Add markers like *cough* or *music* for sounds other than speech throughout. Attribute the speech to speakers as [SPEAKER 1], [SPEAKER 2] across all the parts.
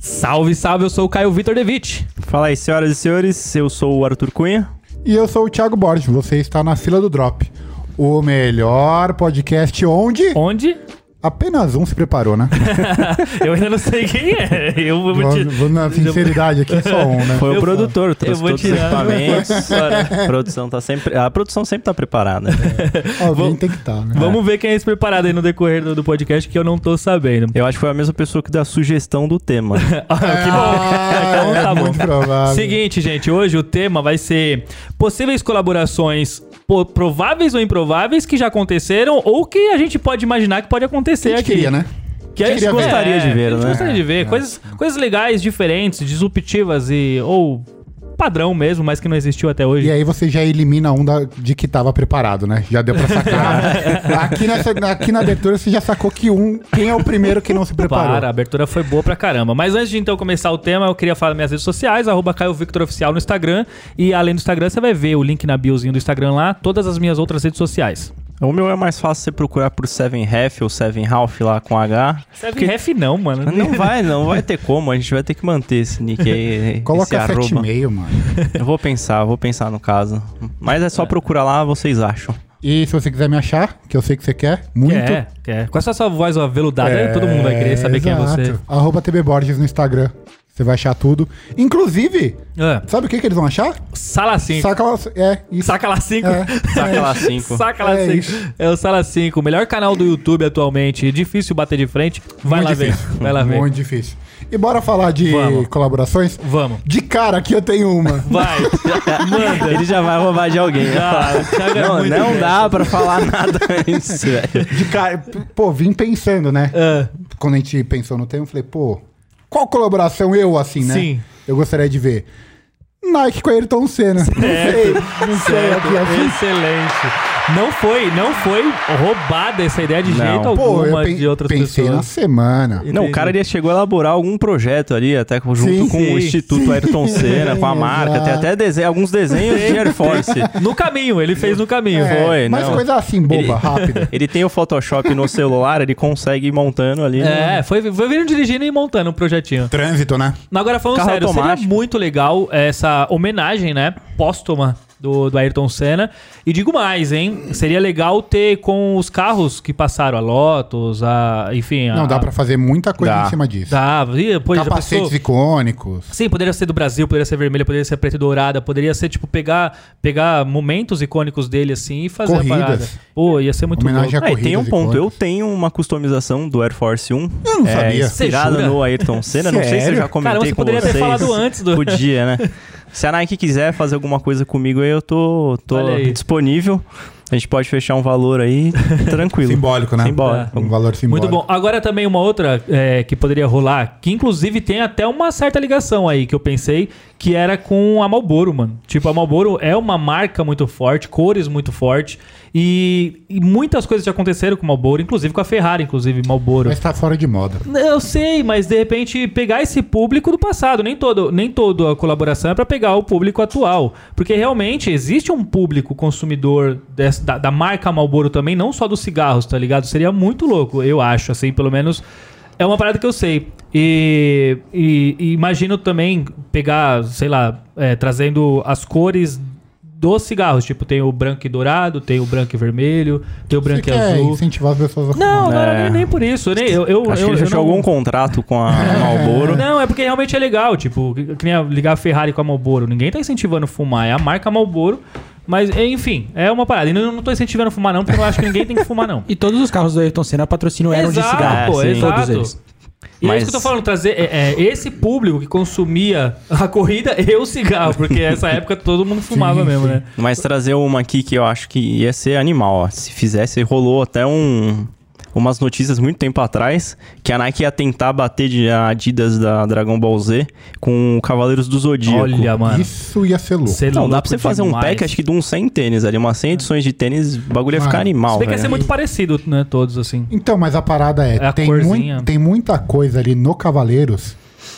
[SPEAKER 1] Salve, salve, eu sou o Caio Vitor Devitt.
[SPEAKER 2] Fala aí, senhoras e senhores, eu sou o Arthur Cunha.
[SPEAKER 3] E eu sou o Thiago Borges, você está na fila do Drop. O melhor podcast onde
[SPEAKER 1] Onde?
[SPEAKER 3] apenas um se
[SPEAKER 1] *laughs*
[SPEAKER 3] preparou, né?
[SPEAKER 1] Eu ainda não sei quem é. Eu vou te...
[SPEAKER 3] Vou,
[SPEAKER 1] *laughs*
[SPEAKER 3] vou na sinceridade aqui, só um, né?
[SPEAKER 2] Foi o
[SPEAKER 1] Eu-
[SPEAKER 2] produtor,
[SPEAKER 1] eu
[SPEAKER 2] trouxe
[SPEAKER 1] vou
[SPEAKER 2] todos os
[SPEAKER 1] tirar-
[SPEAKER 2] equipamentos.
[SPEAKER 1] *laughs*
[SPEAKER 2] a produção tá sempre, a produção sempre tá preparada.
[SPEAKER 3] Alguém
[SPEAKER 1] vamos-
[SPEAKER 3] tem que estar, né?
[SPEAKER 1] Vamos ver quem é esse preparado aí no decorrer do, do podcast que eu não tô sabendo.
[SPEAKER 2] Eu acho que foi a mesma pessoa que dá a sugestão do
[SPEAKER 1] *laughs*
[SPEAKER 2] tema.
[SPEAKER 1] Ah, que
[SPEAKER 3] *laughs*
[SPEAKER 1] bom.
[SPEAKER 3] Ah,
[SPEAKER 1] Então
[SPEAKER 3] é
[SPEAKER 1] tá bom.
[SPEAKER 3] muito provável.
[SPEAKER 1] Seguinte, gente, hoje o tema vai ser possíveis colaborações po- prováveis ou improváveis que já aconteceram ou que a gente pode imaginar que pode acontecer
[SPEAKER 3] a gente
[SPEAKER 1] é aqui.
[SPEAKER 3] queria, né?
[SPEAKER 1] Que
[SPEAKER 3] A gente queria ver.
[SPEAKER 2] gostaria de ver,
[SPEAKER 1] A gente
[SPEAKER 2] né?
[SPEAKER 1] gostaria de ver. É. Coisas, coisas legais, diferentes, disruptivas e. ou padrão mesmo, mas que não existiu até hoje.
[SPEAKER 3] E aí você já elimina um da- de que tava preparado, né? Já deu
[SPEAKER 1] *laughs*
[SPEAKER 3] pra sacar. né? aqui, nessa, aqui na abertura você já sacou que um... Quem é o primeiro que não se preparou?
[SPEAKER 1] Para, a abertura foi boa pra caramba. Mas antes de então começar o tema, eu queria falar minhas redes sociais, arroba Caio Victor Oficial no Instagram. E além do Instagram, você vai ver o link na biozinha do Instagram lá, todas as minhas outras redes sociais.
[SPEAKER 2] o meu é mais fácil você procurar por Seven Half ou Seven Half lá com H.
[SPEAKER 1] Serve ref não, mano.
[SPEAKER 2] Mas Não vai, não vai ter como, a gente vai ter que manter esse nick aí. esse
[SPEAKER 3] Coloca
[SPEAKER 2] arroba.
[SPEAKER 3] 7,5, mano.
[SPEAKER 2] Eu vou pensar, vou pensar no caso. Mas é só procurar lá, vocês acham.
[SPEAKER 3] E se você quiser me achar, que eu sei que você quer, muito.
[SPEAKER 1] É, é. Com essa sua voz aveludada, aí, todo mundo vai querer saber quem é você.
[SPEAKER 3] exato. Arroba TB Borges no Instagram. Você vai achar tudo. Inclusive,
[SPEAKER 1] Ah,
[SPEAKER 3] sabe o que, que eles vão achar?
[SPEAKER 1] sala 5.
[SPEAKER 3] Saca lá. É,
[SPEAKER 1] *laughs*
[SPEAKER 3] isso.
[SPEAKER 1] Saca lá 5. *laughs*
[SPEAKER 3] É.
[SPEAKER 2] Saca lá cinco.
[SPEAKER 1] Saca lá
[SPEAKER 3] É
[SPEAKER 1] 5.
[SPEAKER 3] isso.
[SPEAKER 1] É, o Sala 5, o melhor canal do YouTube atualmente. Difícil bater de frente. Vai
[SPEAKER 3] Muito
[SPEAKER 1] lá
[SPEAKER 3] difícil.
[SPEAKER 1] ver. Vai lá ver.
[SPEAKER 3] é Muito difícil. E bora falar de
[SPEAKER 1] Vamos.
[SPEAKER 3] colaborações?
[SPEAKER 1] Vamos.
[SPEAKER 3] De cara, aqui eu tenho
[SPEAKER 1] *laughs*
[SPEAKER 3] uma. *laughs*
[SPEAKER 1] Vai. Manda.
[SPEAKER 2] Ele já vai roubar de alguém. né?
[SPEAKER 1] Ah, o Thiago é
[SPEAKER 2] não,
[SPEAKER 1] muito
[SPEAKER 2] não
[SPEAKER 1] bom.
[SPEAKER 2] dá pra falar nada antes, velho.
[SPEAKER 3] De cara, p- pô, vim pensando, né?
[SPEAKER 1] Ah,
[SPEAKER 3] Quando a gente pensou no tema, eu falei, pô, qual colaboração eu, assim, né?
[SPEAKER 1] Sim.
[SPEAKER 3] Eu gostaria de ver. Nike com a Ayrton Senna. *laughs* Não sei, não sei.
[SPEAKER 1] certo.
[SPEAKER 3] Aqui, assim,
[SPEAKER 1] Excelente. Não foi, não foi roubada essa ideia de
[SPEAKER 2] Não.
[SPEAKER 1] jeito
[SPEAKER 3] pô, eu
[SPEAKER 1] alguma
[SPEAKER 3] pen-
[SPEAKER 1] de outras
[SPEAKER 3] pensei na
[SPEAKER 1] pessoas.
[SPEAKER 3] semana.
[SPEAKER 2] Não, o cara ele chegou a elaborar algum projeto ali, até com- junto
[SPEAKER 3] Sim,
[SPEAKER 2] com
[SPEAKER 1] sim,
[SPEAKER 2] o Instituto
[SPEAKER 3] sim. *laughs*
[SPEAKER 2] Ayrton Senna, com a marca. Tem até desenho, alguns desenhos de Air Force.
[SPEAKER 1] No caminho, ele fez no caminho.
[SPEAKER 3] *laughs* É,
[SPEAKER 2] foi,
[SPEAKER 3] mas
[SPEAKER 2] não.
[SPEAKER 3] coisa assim, boba,
[SPEAKER 2] Ele-
[SPEAKER 3] rápida.
[SPEAKER 2] Ele tem o Photoshop no celular, ele consegue ir montando ali. né?
[SPEAKER 1] É, foi, foi vindo dirigindo e montando um projetinho.
[SPEAKER 3] Trânsito, né?
[SPEAKER 1] Mas Agora falando
[SPEAKER 2] Carro
[SPEAKER 1] sério, seria
[SPEAKER 2] automático.
[SPEAKER 1] muito legal essa homenagem, né? Póstuma do, do Ayrton Senna. E digo mais, hein? Seria legal ter com os carros que passaram, a Lotus, a. Enfim. a-
[SPEAKER 3] Não, dá pra fazer muita coisa
[SPEAKER 2] Dá.
[SPEAKER 3] em cima disso.
[SPEAKER 1] Ah. Dá, Ih, pois já
[SPEAKER 3] Capacetes
[SPEAKER 1] pensou?
[SPEAKER 3] icônicos.
[SPEAKER 1] Sim, poderia ser do Brasil, poderia ser vermelha, poderia ser preta e dourada, poderia ser, tipo, pegar, pegar momentos icônicos dele, assim, e fazer
[SPEAKER 3] Corridas.
[SPEAKER 1] a parada. Pô, ia ser muito
[SPEAKER 3] Homenagem
[SPEAKER 1] louco.
[SPEAKER 3] a-
[SPEAKER 2] Ah, e tem um
[SPEAKER 3] corridas
[SPEAKER 2] ponto. Eu
[SPEAKER 3] icônicas. tenho
[SPEAKER 2] tenho uma customização do Air Force 1.
[SPEAKER 3] Eu não sabia.
[SPEAKER 1] Cê
[SPEAKER 2] Inspirada
[SPEAKER 1] jura?
[SPEAKER 2] no Ayrton Senna. Não sei se eu
[SPEAKER 3] Sério?
[SPEAKER 2] já comentei
[SPEAKER 1] Cara, você
[SPEAKER 2] com
[SPEAKER 1] poderia ter
[SPEAKER 2] vocês.
[SPEAKER 1] falado antes do-
[SPEAKER 2] Podia, né? Se a Nike quiser fazer alguma coisa comigo aí, eu tô, tô
[SPEAKER 1] Olha aí.
[SPEAKER 2] disponível. A gente pode fechar um valor aí tranquilo.
[SPEAKER 3] *laughs* Simbólico, né?
[SPEAKER 1] É.
[SPEAKER 2] Simbólico.
[SPEAKER 3] Um valor
[SPEAKER 1] Muito
[SPEAKER 3] simbólico.
[SPEAKER 1] bom. Agora também uma outra é, que poderia rolar, que inclusive tem até uma certa ligação aí que eu pensei, que era com a Marlboro, mano. Tipo, a Marlboro é uma marca muito forte, cores muito forte e, e muitas coisas já aconteceram com a Marlboro, inclusive com a Ferrari, inclusive Marlboro.
[SPEAKER 3] Mas tá fora de moda.
[SPEAKER 1] Eu sei, mas de repente pegar esse público do passado, nem todo, nem toda a colaboração é pra pegar o público atual, porque realmente existe um público consumidor dessa- da, da marca Marlboro também, não só dos cigarros, tá ligado? Seria muito louco, eu acho, assim, pelo menos é uma parada que eu sei. E, e- e imagino também pegar, sei lá, é, trazendo as cores dos cigarros, tipo tem o branco e dourado, tem o branco e vermelho, tem o
[SPEAKER 3] Você
[SPEAKER 1] branco e
[SPEAKER 3] quer
[SPEAKER 1] azul.
[SPEAKER 3] incentivar as pessoas a
[SPEAKER 1] Não, não,
[SPEAKER 2] É.
[SPEAKER 1] nem, nem por isso. Nem, eu, eu,
[SPEAKER 2] Acho
[SPEAKER 1] eu,
[SPEAKER 2] que ele
[SPEAKER 1] eu
[SPEAKER 2] fechou
[SPEAKER 1] não-
[SPEAKER 2] algum contrato com
[SPEAKER 1] *laughs*
[SPEAKER 2] a Marlboro.
[SPEAKER 1] não, é porque realmente é legal. Tipo, que nem ligar a Ferrari com a Marlboro. Ninguém tá incentivando fumar. É a marca Marlboro. Mas, enfim, é uma parada. E não, não tô incentivando fumar, não, porque eu acho que ninguém tem que fumar,
[SPEAKER 2] *laughs*
[SPEAKER 1] não.
[SPEAKER 4] E todos os carros do Ayrton Senna patrocínio
[SPEAKER 2] é
[SPEAKER 4] eram de cigarro.
[SPEAKER 1] pô,
[SPEAKER 2] um sim.
[SPEAKER 1] exato.
[SPEAKER 4] Todos eles.
[SPEAKER 1] E é
[SPEAKER 2] Mas-
[SPEAKER 1] isso que eu tô falando, trazer é, é, esse público que consumia a corrida *laughs* e o cigarro, porque nessa época todo mundo fumava
[SPEAKER 3] Sim,
[SPEAKER 1] mesmo,
[SPEAKER 3] sim.
[SPEAKER 1] né?
[SPEAKER 2] Mas trazer uma aqui que eu acho que ia ser animal, ó. Se fizesse, rolou até um. Umas notícias muito tempo atrás que a Nike ia tentar bater de a Adidas da Dragon Ball Z com o Cavaleiros do Zodíaco.
[SPEAKER 1] Olha, mano.
[SPEAKER 3] Isso ia ser louco.
[SPEAKER 1] Sei lá,
[SPEAKER 2] Não, dá
[SPEAKER 1] louco
[SPEAKER 2] pra você fazer um
[SPEAKER 1] demais. Ah.
[SPEAKER 2] pack, acho que de uns 100 tênis ali, umas 100 edições de tênis, o bagulho ia
[SPEAKER 3] Mano,
[SPEAKER 2] ficar animal.
[SPEAKER 1] Se bem que ia
[SPEAKER 2] velho.
[SPEAKER 1] ser muito parecido, né? Todos, assim.
[SPEAKER 3] Então, mas a parada é,
[SPEAKER 1] É a
[SPEAKER 3] tem,
[SPEAKER 1] corzinha.
[SPEAKER 3] mui- tem muita coisa ali no Cavaleiros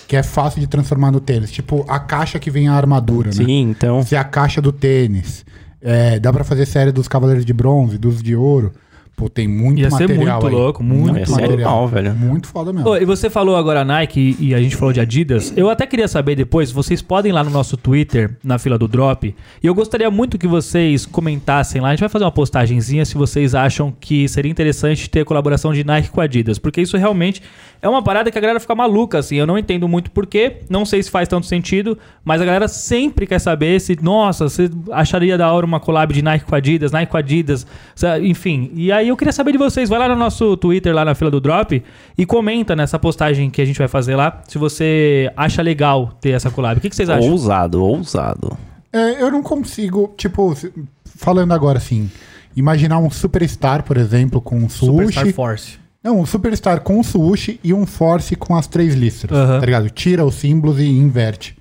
[SPEAKER 3] que é fácil de transformar no tênis. Tipo, a caixa que vem a armadura, né?
[SPEAKER 2] Sim, então.
[SPEAKER 3] Se a caixa do tênis. É, dá pra fazer série dos Cavaleiros de Bronze, dos de Ouro. Pô, tem muito
[SPEAKER 1] Ia ser
[SPEAKER 3] material
[SPEAKER 1] muito
[SPEAKER 3] aí.
[SPEAKER 1] louco,
[SPEAKER 2] Não,
[SPEAKER 1] muito
[SPEAKER 2] ia ser
[SPEAKER 1] louco.
[SPEAKER 2] animal, velho.
[SPEAKER 3] Muito foda mesmo.
[SPEAKER 1] Ô, e você falou agora Nike e a gente falou de Adidas. Eu até queria saber depois, vocês podem ir lá no nosso Twitter, na fila do Drop, e eu gostaria muito que vocês comentassem lá. A gente vai fazer uma postagenzinha se vocês acham que seria interessante ter colaboração de Nike com Adidas, porque isso realmente é uma parada que a galera fica maluca, assim. Eu não entendo muito porquê, não sei se faz tanto sentido, mas a galera sempre quer saber se, nossa, você acharia da hora uma collab de Nike com Adidas, Nike com Adidas, sa- enfim. E aí eu queria saber de vocês, vai lá no nosso Twitter, lá na fila do Drop, e comenta nessa postagem que a gente vai fazer lá, se você acha legal ter essa collab. O que, que vocês acham?
[SPEAKER 2] Ousado, ousado.
[SPEAKER 3] É, eu não consigo, tipo, se- falando agora assim, imaginar um superstar, por exemplo, com um sushi.
[SPEAKER 1] Force.
[SPEAKER 3] Não, um superstar com o sushi e um force com as três listras,
[SPEAKER 1] Aham.
[SPEAKER 3] tá ligado? Tira os símbolos e inverte.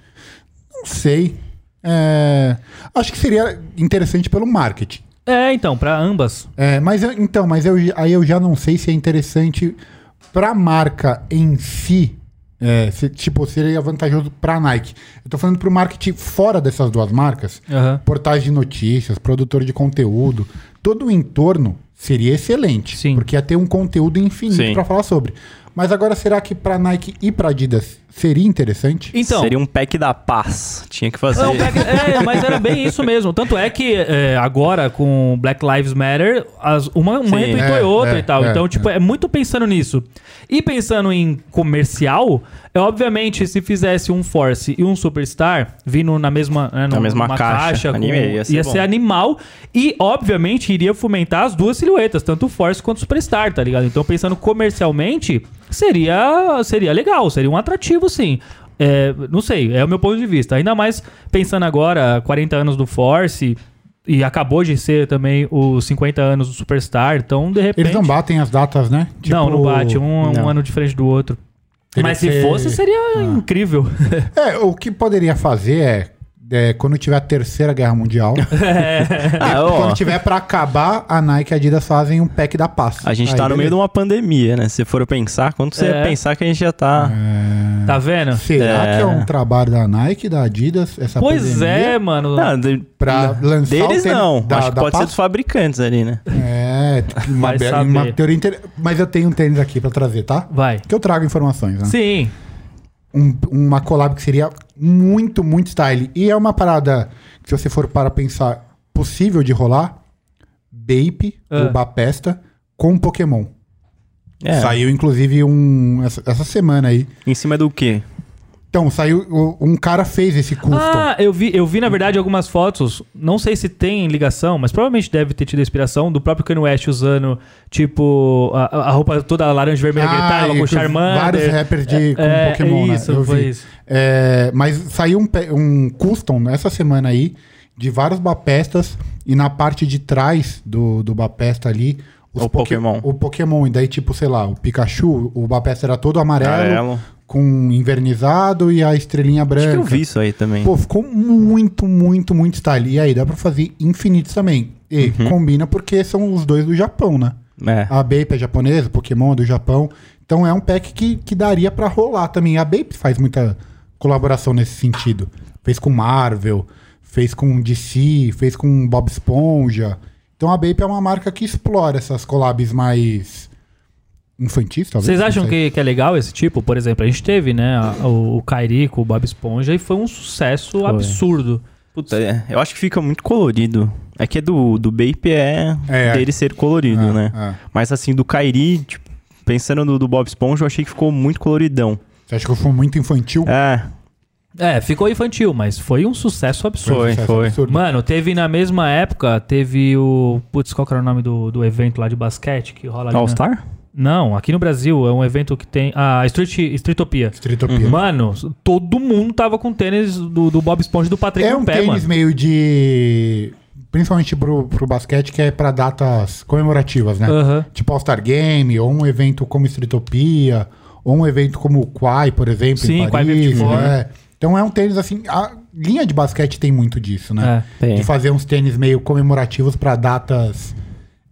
[SPEAKER 3] Não sei. É, acho que seria interessante pelo marketing.
[SPEAKER 1] É, então, pra ambas.
[SPEAKER 3] É, mas eu- então, mas eu, aí eu já não sei se é interessante pra marca em si. É, se, tipo, seria vantajoso pra Nike. Eu tô falando pro marketing fora dessas duas marcas.
[SPEAKER 1] Aham.
[SPEAKER 3] Portais de notícias, produtor de conteúdo, todo o entorno seria excelente,
[SPEAKER 1] Sim.
[SPEAKER 3] porque ia ter um conteúdo infinito
[SPEAKER 2] Sim.
[SPEAKER 3] pra falar sobre. Mas agora será que pra Nike e pra Adidas seria interessante?
[SPEAKER 1] Então,
[SPEAKER 2] Seria um pack da paz. Tinha que fazer.
[SPEAKER 1] Não,
[SPEAKER 2] *laughs*
[SPEAKER 1] pega- é, mas era bem isso mesmo. Tanto é que é, agora, com Black Lives Matter, as- uma, uma
[SPEAKER 2] Sim.
[SPEAKER 1] retweetou
[SPEAKER 3] É,
[SPEAKER 1] e outra
[SPEAKER 3] é,
[SPEAKER 1] e tal.
[SPEAKER 3] é,
[SPEAKER 1] então, tipo, é. muito pensando nisso. E pensando em comercial, é obviamente, se fizesse um Force e um Superstar vindo na mesma, né, numa
[SPEAKER 2] mesma caixa, anime, ia
[SPEAKER 1] ia,
[SPEAKER 2] ser
[SPEAKER 1] ser
[SPEAKER 2] bom.
[SPEAKER 1] animal. E, obviamente, iria fomentar as duas silhuetas, tanto o Force quanto o Superstar, tá ligado? Então, pensando comercialmente, seria, seria legal, seria um atrativo, sim. É, não sei, é o meu ponto de vista. Ainda mais pensando agora, 40 anos do Force, e acabou de ser também os 50 anos do Superstar, então, de repente...
[SPEAKER 3] Eles não batem as datas, né?
[SPEAKER 1] não, não bate, um,
[SPEAKER 2] não.
[SPEAKER 1] um ano diferente do outro.
[SPEAKER 3] Teria
[SPEAKER 1] Mas
[SPEAKER 3] que
[SPEAKER 1] se
[SPEAKER 3] ser- Ah.
[SPEAKER 1] fosse, seria incrível. *laughs*
[SPEAKER 3] É, o que poderia fazer é, é, quando tiver a Terceira Guerra
[SPEAKER 2] *laughs*
[SPEAKER 3] Mundial,
[SPEAKER 2] Ah, ó,
[SPEAKER 3] quando tiver pra acabar, a Nike e a Adidas fazem um pack da paz.
[SPEAKER 2] a gente tá
[SPEAKER 3] Aí,
[SPEAKER 2] no meio de
[SPEAKER 3] beleza.
[SPEAKER 2] uma pandemia, né? Se for pensar, quando você
[SPEAKER 1] É.
[SPEAKER 2] pensar que a gente já tá.
[SPEAKER 3] Ah.
[SPEAKER 1] tá vendo?
[SPEAKER 3] Será
[SPEAKER 2] É.
[SPEAKER 3] que é um trabalho da Nike, e da Adidas, essa
[SPEAKER 1] Pois
[SPEAKER 3] pandemia?
[SPEAKER 1] é, mano.
[SPEAKER 2] Ah, de-
[SPEAKER 3] Pra lançar
[SPEAKER 2] deles
[SPEAKER 3] o tênis
[SPEAKER 2] não.
[SPEAKER 3] da-
[SPEAKER 2] Acho que
[SPEAKER 3] da
[SPEAKER 2] pode ser
[SPEAKER 3] paz?
[SPEAKER 2] dos fabricantes ali, né?
[SPEAKER 1] *laughs*
[SPEAKER 3] É, uma,
[SPEAKER 1] Vai
[SPEAKER 3] be-
[SPEAKER 1] saber.
[SPEAKER 3] uma teoria inter... Mas eu tenho um tênis aqui pra trazer, tá?
[SPEAKER 1] Vai.
[SPEAKER 3] Que eu trago informações, né?
[SPEAKER 1] Sim.
[SPEAKER 3] Um- uma collab que seria muito, muito style. E é uma parada que, se você for para pensar, possível de rolar: Bape,
[SPEAKER 1] Ah.
[SPEAKER 3] o Bapesta, com Pokémon.
[SPEAKER 2] É.
[SPEAKER 3] Saiu, inclusive, um. Essa, essa semana aí.
[SPEAKER 2] Em cima do quê?
[SPEAKER 3] Então, saiu. o- Um cara fez esse custom.
[SPEAKER 1] Ah, eu vi, eu vi, na verdade, algumas fotos. Não sei se tem ligação, mas provavelmente deve ter tido inspiração do próprio Kanye West usando, tipo, a, a roupa toda laranja e vermelha
[SPEAKER 3] Ah,
[SPEAKER 1] gritada
[SPEAKER 3] e
[SPEAKER 1] com
[SPEAKER 3] que
[SPEAKER 1] Charmander.
[SPEAKER 3] Vários rappers de, com
[SPEAKER 1] É,
[SPEAKER 3] Pokémon,
[SPEAKER 1] é
[SPEAKER 3] né?
[SPEAKER 1] isso,
[SPEAKER 3] Eu
[SPEAKER 1] foi
[SPEAKER 3] vi.
[SPEAKER 1] isso.
[SPEAKER 3] É, mas saiu um, pe- um custom nessa semana aí de vários Bapestas e na parte de trás do, do Bapesta ali. os
[SPEAKER 2] O
[SPEAKER 3] poké-
[SPEAKER 2] Pokémon.
[SPEAKER 3] O Pokémon. E daí, tipo, sei lá, o Pikachu, o Bapesta era todo amarelo,
[SPEAKER 2] Amarelo.
[SPEAKER 3] com invernizado e a estrelinha branca.
[SPEAKER 2] Acho que eu vi isso aí também.
[SPEAKER 3] Pô, ficou muito, muito, muito style. E aí, dá pra fazer infinitos também. E
[SPEAKER 2] Uhum.
[SPEAKER 3] combina porque são os dois do Japão, né?
[SPEAKER 2] É.
[SPEAKER 3] A Bape é japonesa, Pokémon é do Japão. Então é um pack que, que daria pra rolar também. A Bape faz muita colaboração nesse sentido. Fez com Marvel, fez com DC, fez com Bob Esponja. Então a Bape é uma marca que explora essas collabs mais infantis, talvez.
[SPEAKER 1] Vocês
[SPEAKER 3] não
[SPEAKER 1] acham
[SPEAKER 3] sei.
[SPEAKER 1] que, que é legal esse tipo? Por exemplo, a gente teve, né, a- o, o Kairi com o Bob Esponja e foi um sucesso absurdo.
[SPEAKER 2] Puta, é. Eu acho que fica muito colorido. É que é do, do Bape é,
[SPEAKER 3] É.
[SPEAKER 2] dele ser colorido,
[SPEAKER 3] É,
[SPEAKER 2] né?
[SPEAKER 3] é.
[SPEAKER 2] Mas assim, do Kairi, tipo, pensando no do Bob Esponja, eu achei que ficou muito coloridão.
[SPEAKER 3] Você acha que eu fui muito infantil?
[SPEAKER 2] É,
[SPEAKER 1] É, ficou infantil, mas foi um sucesso absurdo.
[SPEAKER 2] foi,
[SPEAKER 3] Isso é
[SPEAKER 2] foi.
[SPEAKER 3] absurdo.
[SPEAKER 1] Mano, teve na mesma época, teve o. Putz, qual que era o nome do, do evento lá de basquete que rola ali? na-
[SPEAKER 2] All-Star?
[SPEAKER 1] Não, aqui no Brasil é um evento que tem. Ah, Street, Streetopia.
[SPEAKER 3] Streetopia.
[SPEAKER 1] Mano, todo mundo tava com tênis do, do Bob Esponja e do Patrick
[SPEAKER 3] É
[SPEAKER 1] no
[SPEAKER 3] um
[SPEAKER 1] pé,
[SPEAKER 3] tênis
[SPEAKER 1] mano.
[SPEAKER 3] meio de. Principalmente pro, pro basquete, que é pra datas comemorativas, né?
[SPEAKER 1] Aham.
[SPEAKER 3] Tipo All-Star Game, ou um evento como Streetopia, ou um evento como o Quai, por exemplo,
[SPEAKER 1] Sim,
[SPEAKER 3] em
[SPEAKER 1] Quai
[SPEAKER 3] Paris.
[SPEAKER 1] 24.
[SPEAKER 3] né? Então é um tênis assim. A linha de basquete tem muito disso, né?
[SPEAKER 1] É.
[SPEAKER 2] Tem.
[SPEAKER 3] De fazer uns tênis meio comemorativos pra datas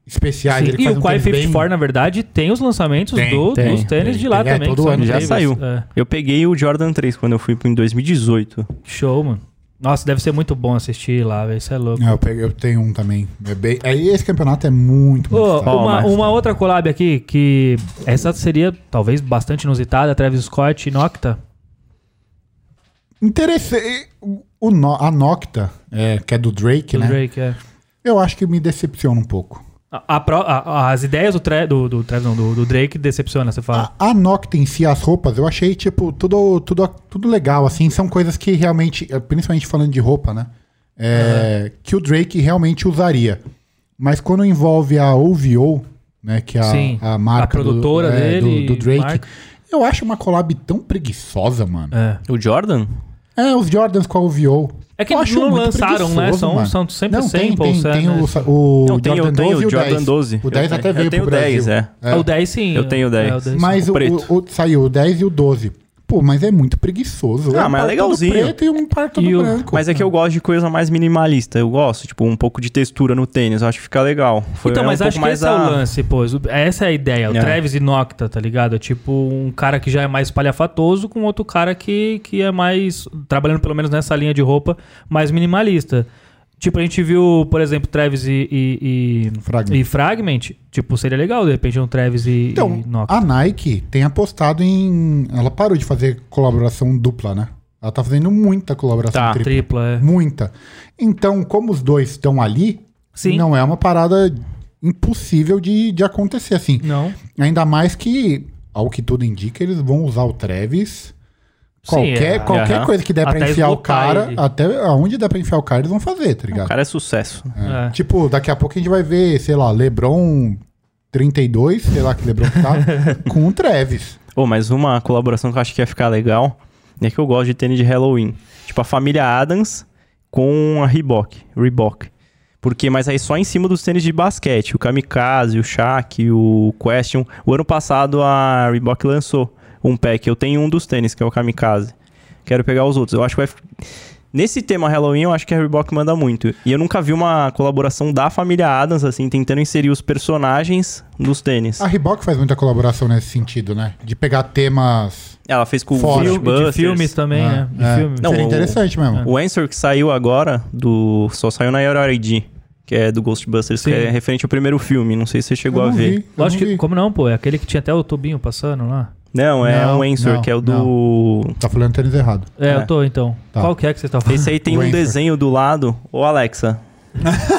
[SPEAKER 3] especiais.
[SPEAKER 1] Sim,
[SPEAKER 3] Ele
[SPEAKER 1] E
[SPEAKER 3] faz
[SPEAKER 1] o
[SPEAKER 3] um
[SPEAKER 1] Quai
[SPEAKER 3] tênis bem-
[SPEAKER 1] 54, na verdade, tem os lançamentos
[SPEAKER 3] Tem,
[SPEAKER 1] do-
[SPEAKER 2] tem,
[SPEAKER 1] dos tênis
[SPEAKER 3] tem,
[SPEAKER 1] de lá
[SPEAKER 3] tem. É,
[SPEAKER 1] também.
[SPEAKER 3] todo
[SPEAKER 1] que são É,
[SPEAKER 3] ano
[SPEAKER 2] já
[SPEAKER 1] incríveis.
[SPEAKER 2] saiu.
[SPEAKER 1] É.
[SPEAKER 2] Eu peguei o Jordan 3 quando eu fui em 2018.
[SPEAKER 1] Show, mano. Nossa, deve ser muito bom assistir lá, velho. Isso é louco.
[SPEAKER 3] É, Eu, peguei- eu tenho um também. É bem- aí esse campeonato é muito, muito
[SPEAKER 1] Ô,
[SPEAKER 3] estranho.
[SPEAKER 1] uma,
[SPEAKER 2] mais.
[SPEAKER 1] uma outra collab aqui, que essa seria talvez bastante inusitada, Travis Scott e Nocta.
[SPEAKER 3] Interessei. o- o No- a Nocta, é, que é do Drake,
[SPEAKER 1] do
[SPEAKER 3] né?
[SPEAKER 1] Drake, é.
[SPEAKER 3] Eu acho que me decepciona um pouco.
[SPEAKER 1] A- a pro- a- as ideias do, Tra- do, do Travis, não, do, do Drake decepciona, você fala.
[SPEAKER 3] A, a Nocta em si, as roupas, eu achei, tipo, tudo, tudo, tudo legal, assim. São coisas que realmente, eh, principalmente falando de roupa, né? É, Que o Drake realmente usaria. Mas quando envolve a OVO, né? Que é a,
[SPEAKER 1] Sim,
[SPEAKER 3] a marca
[SPEAKER 1] a produtora
[SPEAKER 3] do, é, do-
[SPEAKER 1] dele,
[SPEAKER 3] do Drake.
[SPEAKER 1] marca.
[SPEAKER 3] Eu acho uma collab tão preguiçosa, mano.
[SPEAKER 1] É.
[SPEAKER 2] O Jordan?
[SPEAKER 3] É, os Jordans com a OVO.
[SPEAKER 1] É que
[SPEAKER 3] Eu
[SPEAKER 1] eles
[SPEAKER 3] acho
[SPEAKER 1] não
[SPEAKER 3] muito
[SPEAKER 1] lançaram, né?
[SPEAKER 3] preguiçoso,
[SPEAKER 1] São-
[SPEAKER 3] mano.
[SPEAKER 1] são sempre
[SPEAKER 3] não,
[SPEAKER 1] samples,
[SPEAKER 3] Tem, tem, tem
[SPEAKER 1] né?
[SPEAKER 3] o, sa- o
[SPEAKER 2] Não, tem,
[SPEAKER 3] Jordan
[SPEAKER 2] eu tenho
[SPEAKER 3] 12 e
[SPEAKER 2] o
[SPEAKER 3] o 10.
[SPEAKER 2] Jordan 12.
[SPEAKER 3] O 10
[SPEAKER 2] Eu
[SPEAKER 3] até
[SPEAKER 2] tenho-
[SPEAKER 3] veio
[SPEAKER 2] Eu tenho
[SPEAKER 3] pro
[SPEAKER 2] o 10,
[SPEAKER 3] Brasil.
[SPEAKER 2] é.
[SPEAKER 1] O 10 sim.
[SPEAKER 2] Eu tenho o 10.
[SPEAKER 1] É, o 10
[SPEAKER 3] Mas
[SPEAKER 2] O
[SPEAKER 3] o,
[SPEAKER 2] preto.
[SPEAKER 3] o- o- saiu o 10 e o 12. Pô, mas é muito preguiçoso.
[SPEAKER 2] Ah,
[SPEAKER 3] É
[SPEAKER 2] mas
[SPEAKER 3] um
[SPEAKER 2] é
[SPEAKER 3] par todo
[SPEAKER 2] legalzinho.
[SPEAKER 3] preto e um par todo
[SPEAKER 1] E o-
[SPEAKER 3] branco.
[SPEAKER 2] Mas é que eu gosto de coisa mais minimalista. Eu gosto, tipo, um pouco de textura no tênis. Eu acho que fica legal. Foi
[SPEAKER 1] então,
[SPEAKER 2] é um
[SPEAKER 1] mas
[SPEAKER 2] pouco
[SPEAKER 1] acho que
[SPEAKER 2] mais
[SPEAKER 1] esse é o lance, pô. Essa é a ideia. O
[SPEAKER 2] É.
[SPEAKER 1] Travis e Nocta, tá ligado? É Tipo um cara que já é mais espalhafatoso com outro cara que, que é mais. Trabalhando pelo menos nessa linha de roupa mais minimalista. Tipo, a gente viu, por exemplo, Travis e. e, e-
[SPEAKER 3] Fragment.
[SPEAKER 1] e Fragment. Tipo, seria legal, de repente, um Travis e,
[SPEAKER 3] Então,
[SPEAKER 1] e Nocta.
[SPEAKER 3] a Nike tem apostado em... Ela parou de fazer colaboração dupla, né? Ela tá fazendo muita colaboração
[SPEAKER 2] Tá,
[SPEAKER 3] tripla.
[SPEAKER 1] Tripla, é.
[SPEAKER 3] Muita. Então, como os dois estão ali,
[SPEAKER 1] Sim.
[SPEAKER 3] não é uma parada impossível de, de acontecer, assim.
[SPEAKER 1] Não.
[SPEAKER 3] Ainda mais que, ao que tudo indica, eles vão usar o Travis... Qualquer,
[SPEAKER 1] é.
[SPEAKER 3] qualquer
[SPEAKER 2] Aham.
[SPEAKER 3] coisa que der
[SPEAKER 1] Até
[SPEAKER 3] pra enfiar o
[SPEAKER 1] esgotar
[SPEAKER 3] cara,
[SPEAKER 1] ele.
[SPEAKER 3] até aonde der pra enfiar o cara, eles vão fazer, tá ligado?
[SPEAKER 2] O cara é sucesso. né?
[SPEAKER 1] É.
[SPEAKER 3] Tipo, daqui a pouco a gente vai ver, sei lá, Lebron 32, sei lá que Lebron que tá, com o Travis.
[SPEAKER 2] Ô, mas uma colaboração que eu acho que ia ficar legal é que eu gosto de tênis de Halloween. Tipo, a família Adams com a Reebok. Reebok. Porque, mas aí só em cima dos tênis de basquete. O Kamikaze, o Shaq, o Question. O ano passado a Reebok lançou um pack. Eu tenho um dos tênis, que é o Kamikaze. Quero pegar os outros. Eu acho que vai... fi- Nesse tema Halloween, eu acho que a Reebok manda muito. E eu nunca vi uma colaboração da família Adams, assim, tentando inserir os personagens nos tênis.
[SPEAKER 3] A Reebok faz muita colaboração nesse sentido, né? De pegar temas...
[SPEAKER 2] Ela fez com
[SPEAKER 3] Fora.
[SPEAKER 2] o
[SPEAKER 1] Fil- de
[SPEAKER 2] Ghostbusters.
[SPEAKER 1] filmes também,
[SPEAKER 3] É,
[SPEAKER 1] né? De
[SPEAKER 3] é.
[SPEAKER 1] filmes.
[SPEAKER 2] Não,
[SPEAKER 3] Seria
[SPEAKER 2] o-
[SPEAKER 3] interessante
[SPEAKER 1] é.
[SPEAKER 3] mesmo.
[SPEAKER 2] O Answer que saiu agora, do só saiu na RRD, que é do Ghostbusters,
[SPEAKER 1] Sim.
[SPEAKER 2] que é referente ao primeiro filme. Não sei se você chegou
[SPEAKER 3] Eu
[SPEAKER 2] a
[SPEAKER 3] não
[SPEAKER 2] ver.
[SPEAKER 3] vi, eu
[SPEAKER 1] Lógico
[SPEAKER 3] não
[SPEAKER 1] que.
[SPEAKER 3] vi.
[SPEAKER 1] Como não, pô? É aquele que tinha até o tubinho passando lá.
[SPEAKER 2] Não, é
[SPEAKER 3] Não,
[SPEAKER 2] o Answer,
[SPEAKER 3] não,
[SPEAKER 2] que é o do.
[SPEAKER 3] Tá falando tênis errado.
[SPEAKER 1] É,
[SPEAKER 2] É.
[SPEAKER 1] eu tô então.
[SPEAKER 3] Tá.
[SPEAKER 1] Qual que é que você tá falando?
[SPEAKER 2] *laughs* Esse aí tem
[SPEAKER 3] O
[SPEAKER 2] um
[SPEAKER 3] Answer.
[SPEAKER 2] desenho do lado. Ô, Alexa.
[SPEAKER 1] *laughs*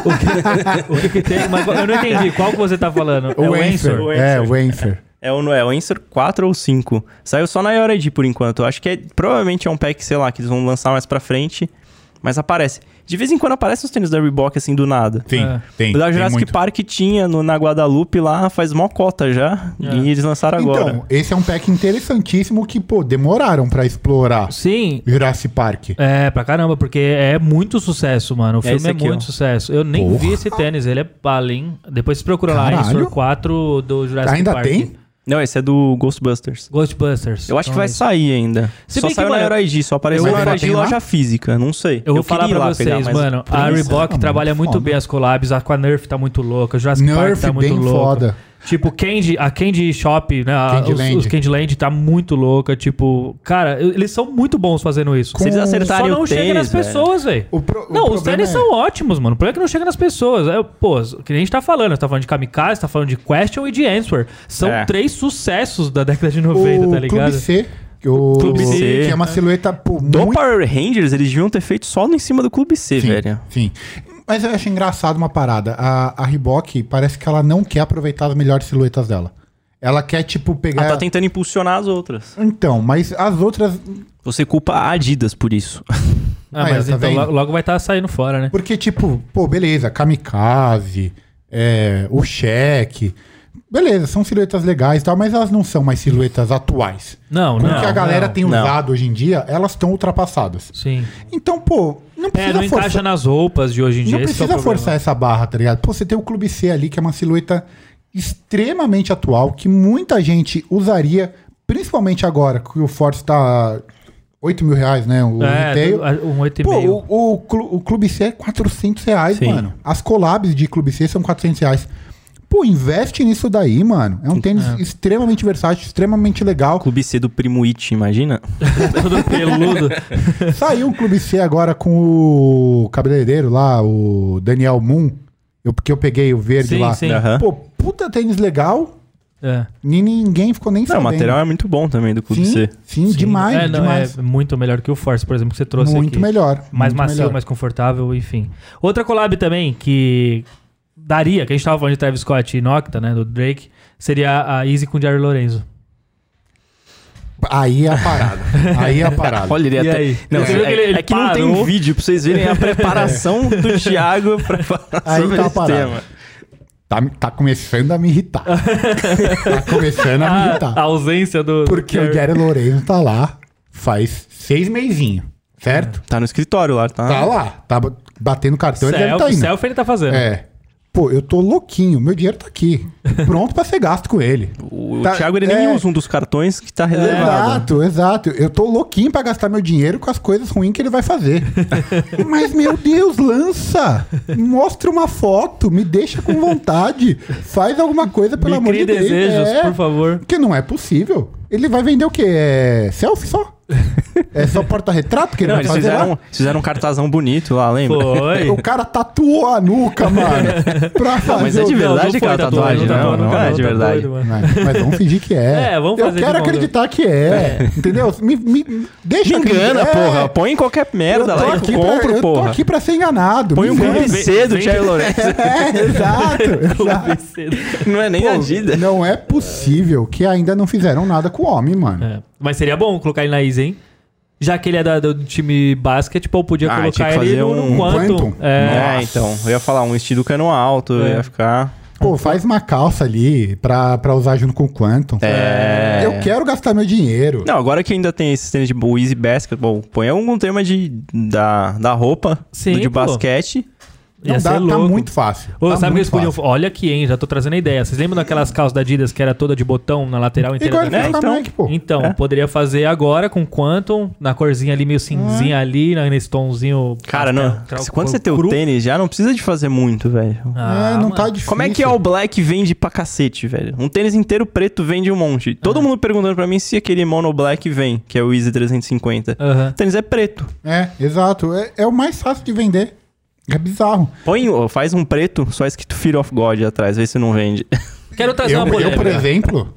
[SPEAKER 1] O que, que tem? Mas eu não entendi. Qual que você tá falando?
[SPEAKER 3] O,
[SPEAKER 1] É
[SPEAKER 3] Enfer.
[SPEAKER 2] o
[SPEAKER 3] É,
[SPEAKER 2] Enfer.
[SPEAKER 3] o Enfer.
[SPEAKER 2] É o, é o Answer 4 ou 5. Saiu só na RRD por enquanto. Acho que é, provavelmente é um pack, sei lá, que eles vão lançar mais pra frente. Mas aparece. De vez em quando aparecem os tênis da Reebok, assim, do nada.
[SPEAKER 3] Tem,
[SPEAKER 1] É.
[SPEAKER 3] tem.
[SPEAKER 2] o da
[SPEAKER 3] tem
[SPEAKER 2] Jurassic
[SPEAKER 3] muito.
[SPEAKER 2] Park tinha no, na Guadalupe lá faz mó cota já.
[SPEAKER 1] É.
[SPEAKER 2] E eles lançaram agora.
[SPEAKER 3] Então, esse é um pack interessantíssimo que, pô, demoraram pra explorar
[SPEAKER 1] Sim.
[SPEAKER 3] Jurassic Park.
[SPEAKER 1] É, pra caramba, porque é muito sucesso, mano. O filme
[SPEAKER 2] esse
[SPEAKER 1] é
[SPEAKER 2] aqui,
[SPEAKER 1] muito
[SPEAKER 2] ó.
[SPEAKER 1] sucesso. Eu nem
[SPEAKER 3] Porra.
[SPEAKER 1] vi esse tênis, ele é Balin. Depois você procura lá,
[SPEAKER 3] Caralho.
[SPEAKER 1] Answer 4 do Jurassic
[SPEAKER 3] Ainda
[SPEAKER 1] Park.
[SPEAKER 3] tem?
[SPEAKER 2] Não, esse é do Ghostbusters.
[SPEAKER 1] Ghostbusters.
[SPEAKER 2] Eu acho que
[SPEAKER 1] Então é
[SPEAKER 2] vai
[SPEAKER 1] isso.
[SPEAKER 2] sair ainda.
[SPEAKER 1] Se
[SPEAKER 2] Só
[SPEAKER 1] bem que,
[SPEAKER 2] saiu
[SPEAKER 1] mano,
[SPEAKER 2] na RIG, só apareceu
[SPEAKER 3] eu-
[SPEAKER 2] na
[SPEAKER 3] Mas
[SPEAKER 2] RIG
[SPEAKER 3] tem lá?
[SPEAKER 2] loja física, não sei.
[SPEAKER 1] Eu vou
[SPEAKER 2] queria
[SPEAKER 1] falar
[SPEAKER 2] ir
[SPEAKER 1] pra
[SPEAKER 2] lá
[SPEAKER 1] vocês,
[SPEAKER 2] pegar, mas-
[SPEAKER 1] mano. A
[SPEAKER 3] preguiça,
[SPEAKER 1] Reebok
[SPEAKER 3] mano,
[SPEAKER 1] trabalha
[SPEAKER 3] foda.
[SPEAKER 1] muito bem as collabs. A com a Nerf tá muito louca. A Jurassic Park
[SPEAKER 3] Nerf
[SPEAKER 1] tá muito
[SPEAKER 3] bem
[SPEAKER 1] louca.
[SPEAKER 3] foda.
[SPEAKER 1] Tipo, Candy, a Candy Shop, né? a-
[SPEAKER 3] Candy
[SPEAKER 1] os,
[SPEAKER 3] Land.
[SPEAKER 1] os Candy Land tá muito louca. Tipo, cara, eu- eles são muito bons fazendo isso.
[SPEAKER 2] Se eles
[SPEAKER 3] Com-
[SPEAKER 1] Só
[SPEAKER 2] acertarem
[SPEAKER 1] não
[SPEAKER 2] o
[SPEAKER 1] chega
[SPEAKER 2] tênis,
[SPEAKER 1] nas
[SPEAKER 2] velho.
[SPEAKER 1] pessoas, velho.
[SPEAKER 3] O pro- o
[SPEAKER 1] Não, os
[SPEAKER 3] problema
[SPEAKER 1] tênis
[SPEAKER 3] é-
[SPEAKER 1] são ótimos, mano. O problema é que não chega nas pessoas. É, pô, o que a gente tá falando. Você tá falando de Kamikaze, tá falando de Question e de Answer. São
[SPEAKER 2] É.
[SPEAKER 1] três sucessos da década de 90,
[SPEAKER 3] o
[SPEAKER 1] tá ligado?
[SPEAKER 3] Clube C. que O
[SPEAKER 1] Clube C. né?
[SPEAKER 3] Que é uma silhueta pô,
[SPEAKER 2] Do
[SPEAKER 3] muito...
[SPEAKER 2] Power Rangers, eles deviam ter feito só no em cima do Clube C,
[SPEAKER 3] Sim,
[SPEAKER 2] velho.
[SPEAKER 3] sim. Mas eu acho engraçado uma parada. A, a Reebok parece que ela não quer aproveitar as melhores silhuetas dela. Ela quer, tipo, pegar...
[SPEAKER 1] É.
[SPEAKER 2] Ela tá tentando impulsionar as outras.
[SPEAKER 3] Então, mas as outras...
[SPEAKER 2] Você culpa a Adidas por isso. *laughs*
[SPEAKER 1] Ah,
[SPEAKER 3] Aí,
[SPEAKER 1] mas
[SPEAKER 3] ó, tá
[SPEAKER 1] então
[SPEAKER 3] vendo?
[SPEAKER 1] lo- logo vai estar saindo fora, né?
[SPEAKER 3] Porque, tipo, pô, beleza, Kamikaze, é, o Cheque... Beleza, são silhuetas legais e tal, mas elas não são mais silhuetas atuais.
[SPEAKER 1] Não,
[SPEAKER 3] Como
[SPEAKER 1] não.
[SPEAKER 3] que a galera
[SPEAKER 1] não.
[SPEAKER 3] tem
[SPEAKER 2] não.
[SPEAKER 3] usado hoje em dia, elas estão ultrapassadas.
[SPEAKER 1] Sim.
[SPEAKER 3] Então, pô, não
[SPEAKER 1] É,
[SPEAKER 3] precisa
[SPEAKER 1] não
[SPEAKER 3] forçar.
[SPEAKER 1] encaixa nas roupas de hoje em dia.
[SPEAKER 3] Não
[SPEAKER 1] esse que é o
[SPEAKER 3] precisa
[SPEAKER 1] problema.
[SPEAKER 3] forçar essa barra, tá ligado? Pô, você tem o Clube C ali, que é uma silhueta extremamente atual, que muita gente usaria, principalmente agora, que o Forte tá 8 mil reais, né? O
[SPEAKER 1] É,
[SPEAKER 3] retail.
[SPEAKER 1] do- a- um 8,5.
[SPEAKER 3] Pô, o, o, Clu- o Clube C é 400 reais,
[SPEAKER 2] Sim.
[SPEAKER 3] mano. As collabs de Clube C são 400 reais. Pô, investe nisso daí, mano. É um tênis extremamente versátil, extremamente legal.
[SPEAKER 2] Clube C do Primo It, imagina?
[SPEAKER 1] Todo peludo.
[SPEAKER 3] Saiu um Clube C agora com o cabeleireiro lá, o Daniel Moon. Eu, porque eu peguei o verde
[SPEAKER 1] Sim,
[SPEAKER 3] lá.
[SPEAKER 1] sim.
[SPEAKER 2] Aham.
[SPEAKER 3] Pô, puta tênis legal.
[SPEAKER 1] É.
[SPEAKER 3] E ninguém ficou nem
[SPEAKER 2] Não, o
[SPEAKER 3] sabendo.
[SPEAKER 2] material é muito bom também do Clube
[SPEAKER 3] sim,
[SPEAKER 2] C.
[SPEAKER 3] sim, demais,
[SPEAKER 1] É, não,
[SPEAKER 3] demais.
[SPEAKER 1] é muito melhor que o Force, por exemplo, que você trouxe
[SPEAKER 3] muito
[SPEAKER 1] aqui.
[SPEAKER 3] melhor.
[SPEAKER 1] Mais
[SPEAKER 3] muito
[SPEAKER 1] macio,
[SPEAKER 3] melhor.
[SPEAKER 1] mais confortável, enfim. Outra collab também que daria, que a gente tava falando de Travis Scott e Nocta, né, do Drake, seria a Easy com o Jair Lorenzo.
[SPEAKER 3] Aí é a
[SPEAKER 1] *laughs*
[SPEAKER 3] parada. aí é a parada.
[SPEAKER 2] Olha, ele
[SPEAKER 1] E
[SPEAKER 2] até.
[SPEAKER 1] aí?
[SPEAKER 2] Não,
[SPEAKER 1] Você viu
[SPEAKER 2] é,
[SPEAKER 1] que ele- ele
[SPEAKER 2] é que não
[SPEAKER 1] parou?
[SPEAKER 2] tem vídeo pra vocês verem
[SPEAKER 1] *laughs*
[SPEAKER 2] a preparação do Thiago pra falar
[SPEAKER 3] Aí
[SPEAKER 2] sobre
[SPEAKER 3] tá a
[SPEAKER 2] esse
[SPEAKER 3] parada.
[SPEAKER 2] tema.
[SPEAKER 3] Tá, me- tá começando a
[SPEAKER 1] *laughs*
[SPEAKER 3] me irritar. tá começando a me
[SPEAKER 1] A,
[SPEAKER 3] irritar.
[SPEAKER 1] Ah, a ausência do.
[SPEAKER 3] Porque
[SPEAKER 1] do
[SPEAKER 3] o Gary Lourenço tá lá faz seis meizinhos, certo?
[SPEAKER 2] Tá no escritório lá, tá?
[SPEAKER 3] Tá lá, tá ba- batendo cartão, ele deve
[SPEAKER 1] Self,
[SPEAKER 3] tá indo.
[SPEAKER 1] selfie ele tá fazendo.
[SPEAKER 3] É. Pô, eu tô louquinho, meu dinheiro tá aqui, pronto pra ser gasto com ele.
[SPEAKER 2] O, o
[SPEAKER 3] Tá-
[SPEAKER 2] Thiago ele
[SPEAKER 3] é.
[SPEAKER 2] nem usa um dos cartões que
[SPEAKER 1] É.
[SPEAKER 2] tá reservado.
[SPEAKER 3] Exato, exato. Eu tô louquinho pra gastar meu dinheiro com as coisas ruins que ele vai fazer. Mas, meu Deus, lança! Mostra uma foto, me deixa com vontade. Faz alguma coisa, pelo
[SPEAKER 1] Me
[SPEAKER 3] amor
[SPEAKER 1] crie
[SPEAKER 3] de Deus.
[SPEAKER 1] desejos,
[SPEAKER 3] É.
[SPEAKER 1] por
[SPEAKER 3] *laughs*
[SPEAKER 1] favor.
[SPEAKER 3] Porque não é possível. Ele vai vender o quê? É selfie só? É só porta-retrato que ele
[SPEAKER 2] Não,
[SPEAKER 3] vai
[SPEAKER 2] eles
[SPEAKER 3] fazer
[SPEAKER 2] fizeram,
[SPEAKER 3] lá?
[SPEAKER 2] eles fizeram um cartazão bonito lá, lembra? *laughs*
[SPEAKER 1] Foi.
[SPEAKER 3] O cara tatuou a nuca, mano. Pra fazer
[SPEAKER 2] mas é
[SPEAKER 3] o-
[SPEAKER 2] de
[SPEAKER 1] um Não,
[SPEAKER 2] verdade
[SPEAKER 1] não foi
[SPEAKER 2] aquela tatuagem,
[SPEAKER 1] não,
[SPEAKER 2] não,
[SPEAKER 1] não,
[SPEAKER 2] não é
[SPEAKER 1] cara,
[SPEAKER 2] de
[SPEAKER 1] tá
[SPEAKER 2] verdade.
[SPEAKER 1] doido, *laughs*
[SPEAKER 3] *laughs*
[SPEAKER 1] mano.
[SPEAKER 3] Mas, mas vamos fingir que é.
[SPEAKER 1] É, vamos fazer
[SPEAKER 3] Eu
[SPEAKER 1] de
[SPEAKER 3] quero
[SPEAKER 1] bom
[SPEAKER 3] acreditar que é. Entendeu? Me, me-
[SPEAKER 2] Me
[SPEAKER 3] deixa
[SPEAKER 2] engana,
[SPEAKER 3] acreditar. É,
[SPEAKER 2] porra. Põe em qualquer merda
[SPEAKER 3] eu tô
[SPEAKER 2] lá e
[SPEAKER 3] aqui pra,
[SPEAKER 2] compro,
[SPEAKER 3] eu tô
[SPEAKER 2] porra.
[SPEAKER 3] aqui pra ser enganado.
[SPEAKER 2] Põe um
[SPEAKER 3] me engana.
[SPEAKER 2] clube
[SPEAKER 1] vem-
[SPEAKER 2] C do
[SPEAKER 1] vem-
[SPEAKER 2] Thiago Lourenço.
[SPEAKER 3] *laughs*
[SPEAKER 1] *laughs*
[SPEAKER 3] É, exato. exato.
[SPEAKER 2] Não é nem
[SPEAKER 3] Pô,
[SPEAKER 2] Adidas.
[SPEAKER 3] não é possível que ainda não fizeram nada com o homem, mano.
[SPEAKER 1] É. Mas seria bom colocar ele na Easy, hein? Já que ele é da- do time basketball, podia
[SPEAKER 2] Ah, tinha
[SPEAKER 1] colocar
[SPEAKER 2] que
[SPEAKER 1] ele
[SPEAKER 2] fazer
[SPEAKER 1] no,
[SPEAKER 2] um
[SPEAKER 1] no Quantum.
[SPEAKER 3] Quantum.
[SPEAKER 1] É.
[SPEAKER 2] É, então. Eu ia falar um estilo cano alto, eu
[SPEAKER 1] É.
[SPEAKER 2] ia ficar.
[SPEAKER 3] Pô, faz uma calça ali pra, pra usar junto com o Quantum.
[SPEAKER 2] É.
[SPEAKER 3] Eu quero gastar meu dinheiro.
[SPEAKER 2] Não, agora que ainda tem esse tênis de o Easy Basketball, põe algum tema de, da, da roupa,
[SPEAKER 1] Sim,
[SPEAKER 2] do de
[SPEAKER 1] pô.
[SPEAKER 2] basquete.
[SPEAKER 1] Ia
[SPEAKER 3] Não
[SPEAKER 1] ser
[SPEAKER 3] dá, tá
[SPEAKER 1] louco.
[SPEAKER 3] muito fácil.
[SPEAKER 1] Ô, sabe
[SPEAKER 3] tá
[SPEAKER 1] o que
[SPEAKER 3] muito
[SPEAKER 1] eles podiam...
[SPEAKER 3] fácil.
[SPEAKER 1] Olha aqui, hein? Já tô trazendo a ideia. Vocês lembram daquelas calças da Adidas que era toda de botão na lateral inteira?
[SPEAKER 3] Igual
[SPEAKER 1] da-
[SPEAKER 3] ele fez
[SPEAKER 2] né?
[SPEAKER 3] com a
[SPEAKER 2] Então-
[SPEAKER 3] Nike, pô.
[SPEAKER 1] Então,
[SPEAKER 2] É.
[SPEAKER 1] poderia fazer agora com Quantum, na corzinha ali, meio
[SPEAKER 3] É.
[SPEAKER 1] cinzinha ali, na- nesse tomzinho...
[SPEAKER 2] Cara, não.
[SPEAKER 1] pastel, cru-
[SPEAKER 2] Quando você tem o
[SPEAKER 1] cru.
[SPEAKER 2] tênis já, não precisa de fazer muito, velho.
[SPEAKER 1] Ah,
[SPEAKER 3] é, não
[SPEAKER 1] mano.
[SPEAKER 3] tá difícil.
[SPEAKER 2] Como é que é o Black vende pra cacete, velho? Um tênis inteiro preto vende um monte.
[SPEAKER 1] É.
[SPEAKER 2] Todo mundo perguntando pra mim se aquele Mono Black vem, que é o Easy 350.
[SPEAKER 1] Aham.
[SPEAKER 2] O tênis é preto.
[SPEAKER 3] É, exato. É, é o mais fácil de vender. É bizarro.
[SPEAKER 2] Põe, ó, faz um preto, só escrito Fear of God atrás, vê se não vende. *laughs*
[SPEAKER 1] Quero trazer
[SPEAKER 3] Eu,
[SPEAKER 1] uma
[SPEAKER 3] eu, por
[SPEAKER 1] polêmica.
[SPEAKER 3] exemplo...